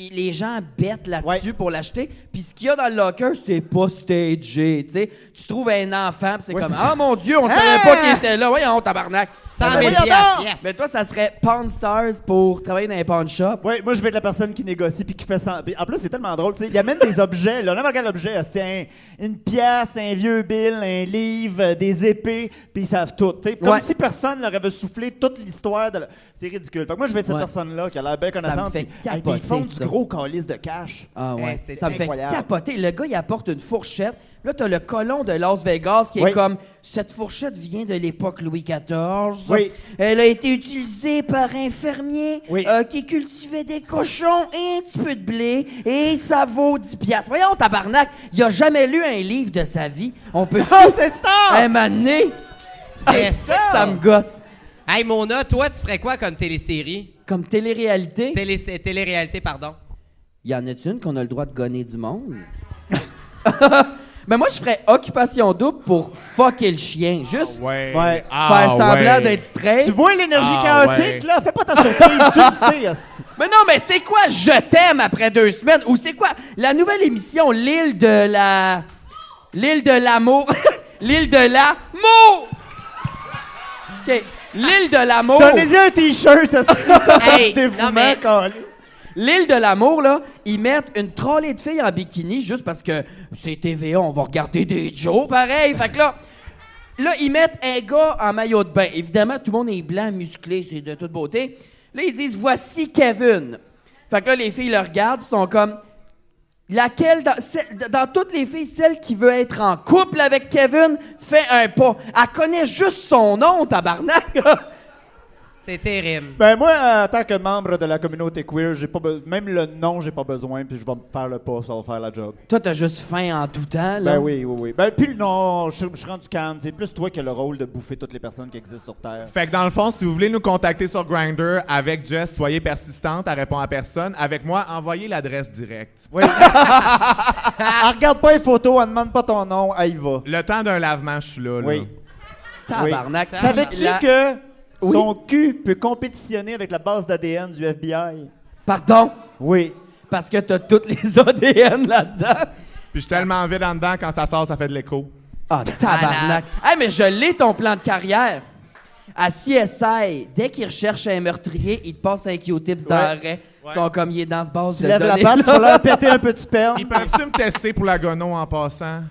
i- les gens bêtent là-dessus
Ouais.
pour l'acheter. Puis ce qu'il y a dans le locker, c'est pas stagé, tu sais. Tu trouves un enfant, puis c'est
Ouais,
comme
c'est
ah
ça.
mon dieu, on
Ah!
savait pas qu'il était là. Voyons, tabarnak.
100
Ah, ben,
000
voyons
piastres,
donc!
yes!
Mais toi, ça serait Pawn Stars pour travailler dans un pawn shop.
Oui, moi, je vais être la personne qui négocie puis qui fait ça. En plus, c'est tellement drôle, tu sais. Il amène des objets, là. N'importe quel objet, là, tiens, une pièce, un vieux bill, un livre, euh, des épées, puis ils savent tout, tu sais. Comme
Ouais.
si personne leur avait soufflé toute l'histoire de la- C'est ridicule. Fait que moi, je vais être cette
Ouais.
personne-là qui a l'air bien
me
connaissante.
fait
puis- hey, puis
capoter,
ils font du
ça.
gros calice de cash.
Ah ouais,
Eh, c'est
ça me fait
incroyable.
capoter. Le gars, il apporte une fourchette. Là, t'as le colon de Las Vegas qui est
Oui.
comme cette fourchette vient de l'époque Louis XIV.
Oui.
Elle a été utilisée par un fermier
Oui.
euh, qui cultivait des cochons et un petit peu de blé et ça vaut 10 piastres. Voyons, tabarnak, il a jamais lu un livre de sa vie. On peut
Oh, c'est ça!
un moment donné, Ah,
C'est ça!
ça me gosse.
Hey, Mona, toi, tu ferais quoi comme télésérie?
Comme télé-réalité,
Télé- Télé-réalité, pardon.
il y en a-tu une qu'on a le droit de gonner du monde? Mais moi, je ferais occupation double pour fucker le chien. Juste
Ouais.
Ouais.
Ah,
faire semblant
ouais.
d'être straight.
Tu vois l'énergie
Ah,
chaotique,
ouais.
là? Fais pas ta surprise, tu le sais, hostie.
Mais non, mais c'est quoi je t'aime après deux semaines? Ou c'est quoi la nouvelle émission, l'île de la. L'île de l'amour. l'île de l'amour! OK. L'île de l'amour.
Donnez-y un t-shirt, ça, ça, ça, ça
Hey,
du dévouement,
non, mais-
câlisse.
L'île de l'amour, là, ils mettent une trollée de filles en bikini juste parce que c'est TVA, on va regarder des Joe pareil. Fait que là, là, ils mettent un gars en maillot de bain. Évidemment, tout le monde est blanc, musclé, c'est de toute beauté. Là, ils disent Voici Kevin. Fait que là, les filles le regardent, puis sont comme Laquelle, dans, celle- dans toutes les filles, celle qui veut être en couple avec Kevin fait un pas. Elle connaît juste son nom, tabarnak.
C'est terrible.
Ben moi, euh, en tant que membre de la communauté queer, j'ai pas be- même le nom, j'ai pas besoin, puis je vais me faire le pas, ça va faire la job.
Toi, t'as juste faim en tout temps, là.
Ben oui, oui, oui. Ben puis le nom, je je suis rendu calme, c'est plus toi qui as le rôle de bouffer toutes les personnes qui existent sur Terre.
Fait que dans le fond, si vous voulez nous contacter sur Grinder avec Jess, soyez persistante, elle répond à personne. Avec moi, envoyez l'adresse directe.
Oui. elle regarde pas les photos, elle demande pas ton nom, elle y va.
Le temps d'un lavement, je suis là. là.
Oui.
Tabarnak.
Savais-tu
La-
que
Oui.
son cul peut compétitionner avec la base d'ADN du FBI?
Pardon?
Oui.
Parce que t'as toutes les ADN là-dedans.
Puis je suis tellement vide en dedans, quand ça sort, ça fait de l'écho.
Ah, tabarnak.
Malade.
Hey, mais je l'ai ton plan de carrière. À CSI, dès qu'ils recherchent un meurtrier, ils te passent un Q-tips dans
Ouais.
le rein. Ils sont comme, il est dans ce base
Tu
de
lèves la
données,
patte, tu
là.
vas leur péter un peu de sperme.
Ils peuvent-tu me tester pour la gono en passant?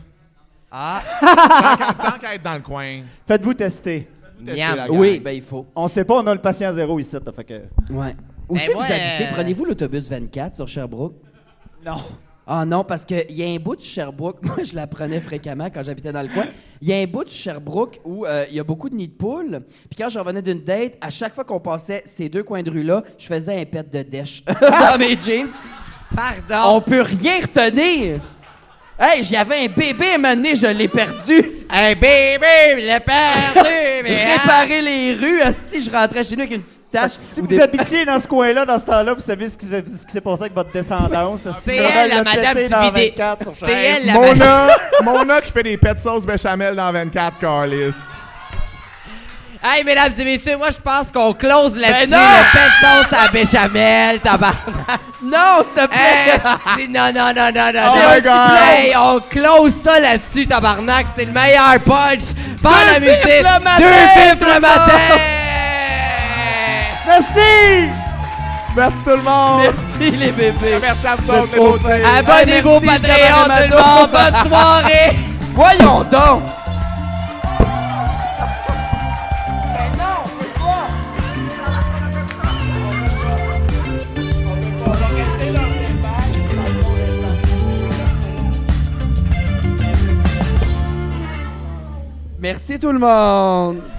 Ah,
Tant qu'à- tant qu'à être dans le coin.
Faites-vous tester.
Tester
Miam.
la gang.
Oui, ben il faut.
On sait pas, on a le patient zéro ici, t'as fait que...
Ouais. Où
Ben,
c'est que vous
moi,
habitez?
euh,
Prenez-vous l'autobus 24 sur Sherbrooke?
Non.
Ah non, parce qu'il y a un bout de Sherbrooke, moi je la prenais fréquemment quand j'habitais dans le coin, il y a un bout de Sherbrooke où euh, il y a beaucoup de nids de poules, puis quand je revenais d'une date, à chaque fois qu'on passait ces deux coins de rue-là, je faisais un pet de dèche dans mes jeans.
pardon.
On peut rien retenir! Hey, j'avais un bébé à un moment donné, je l'ai perdu.
Un bébé, il est perdu, mais. Ah,
Réparer les rues, si je rentrais chez nous avec une petite tache.
Ah, Si
ou
vous
des-
habitiez dans ce coin-là, dans ce temps-là, vous savez ce qui, ce qui s'est passé avec votre descendance.
C'est elle, la madame du vidé. C'est elle, la madame.
Mona, Mona qui fait des pets sauce béchamel dans 24, Carlis.
Hey, mesdames et messieurs, moi, je pense qu'on close là-dessus.
non!
Le pain de sauce à la béchamel, tabarnak.
Non, s'il te plaît!
Hey, c'est- non, non, non, non, non.
Oh
non.
my God.
Hey, on close ça là-dessus, tabarnak. C'est le meilleur punch. Par
Deux
la musique.
fifres le matin,
Deux fifres le
tout le
matin.
Merci!
Merci tout le monde!
Merci les bébés!
Merci à vous autres, les beautés.
Abonnez-vous au
merci,
Patreon, tout
Tabarnak
le monde. Bonne soirée.
Voyons donc! Merci tout le monde!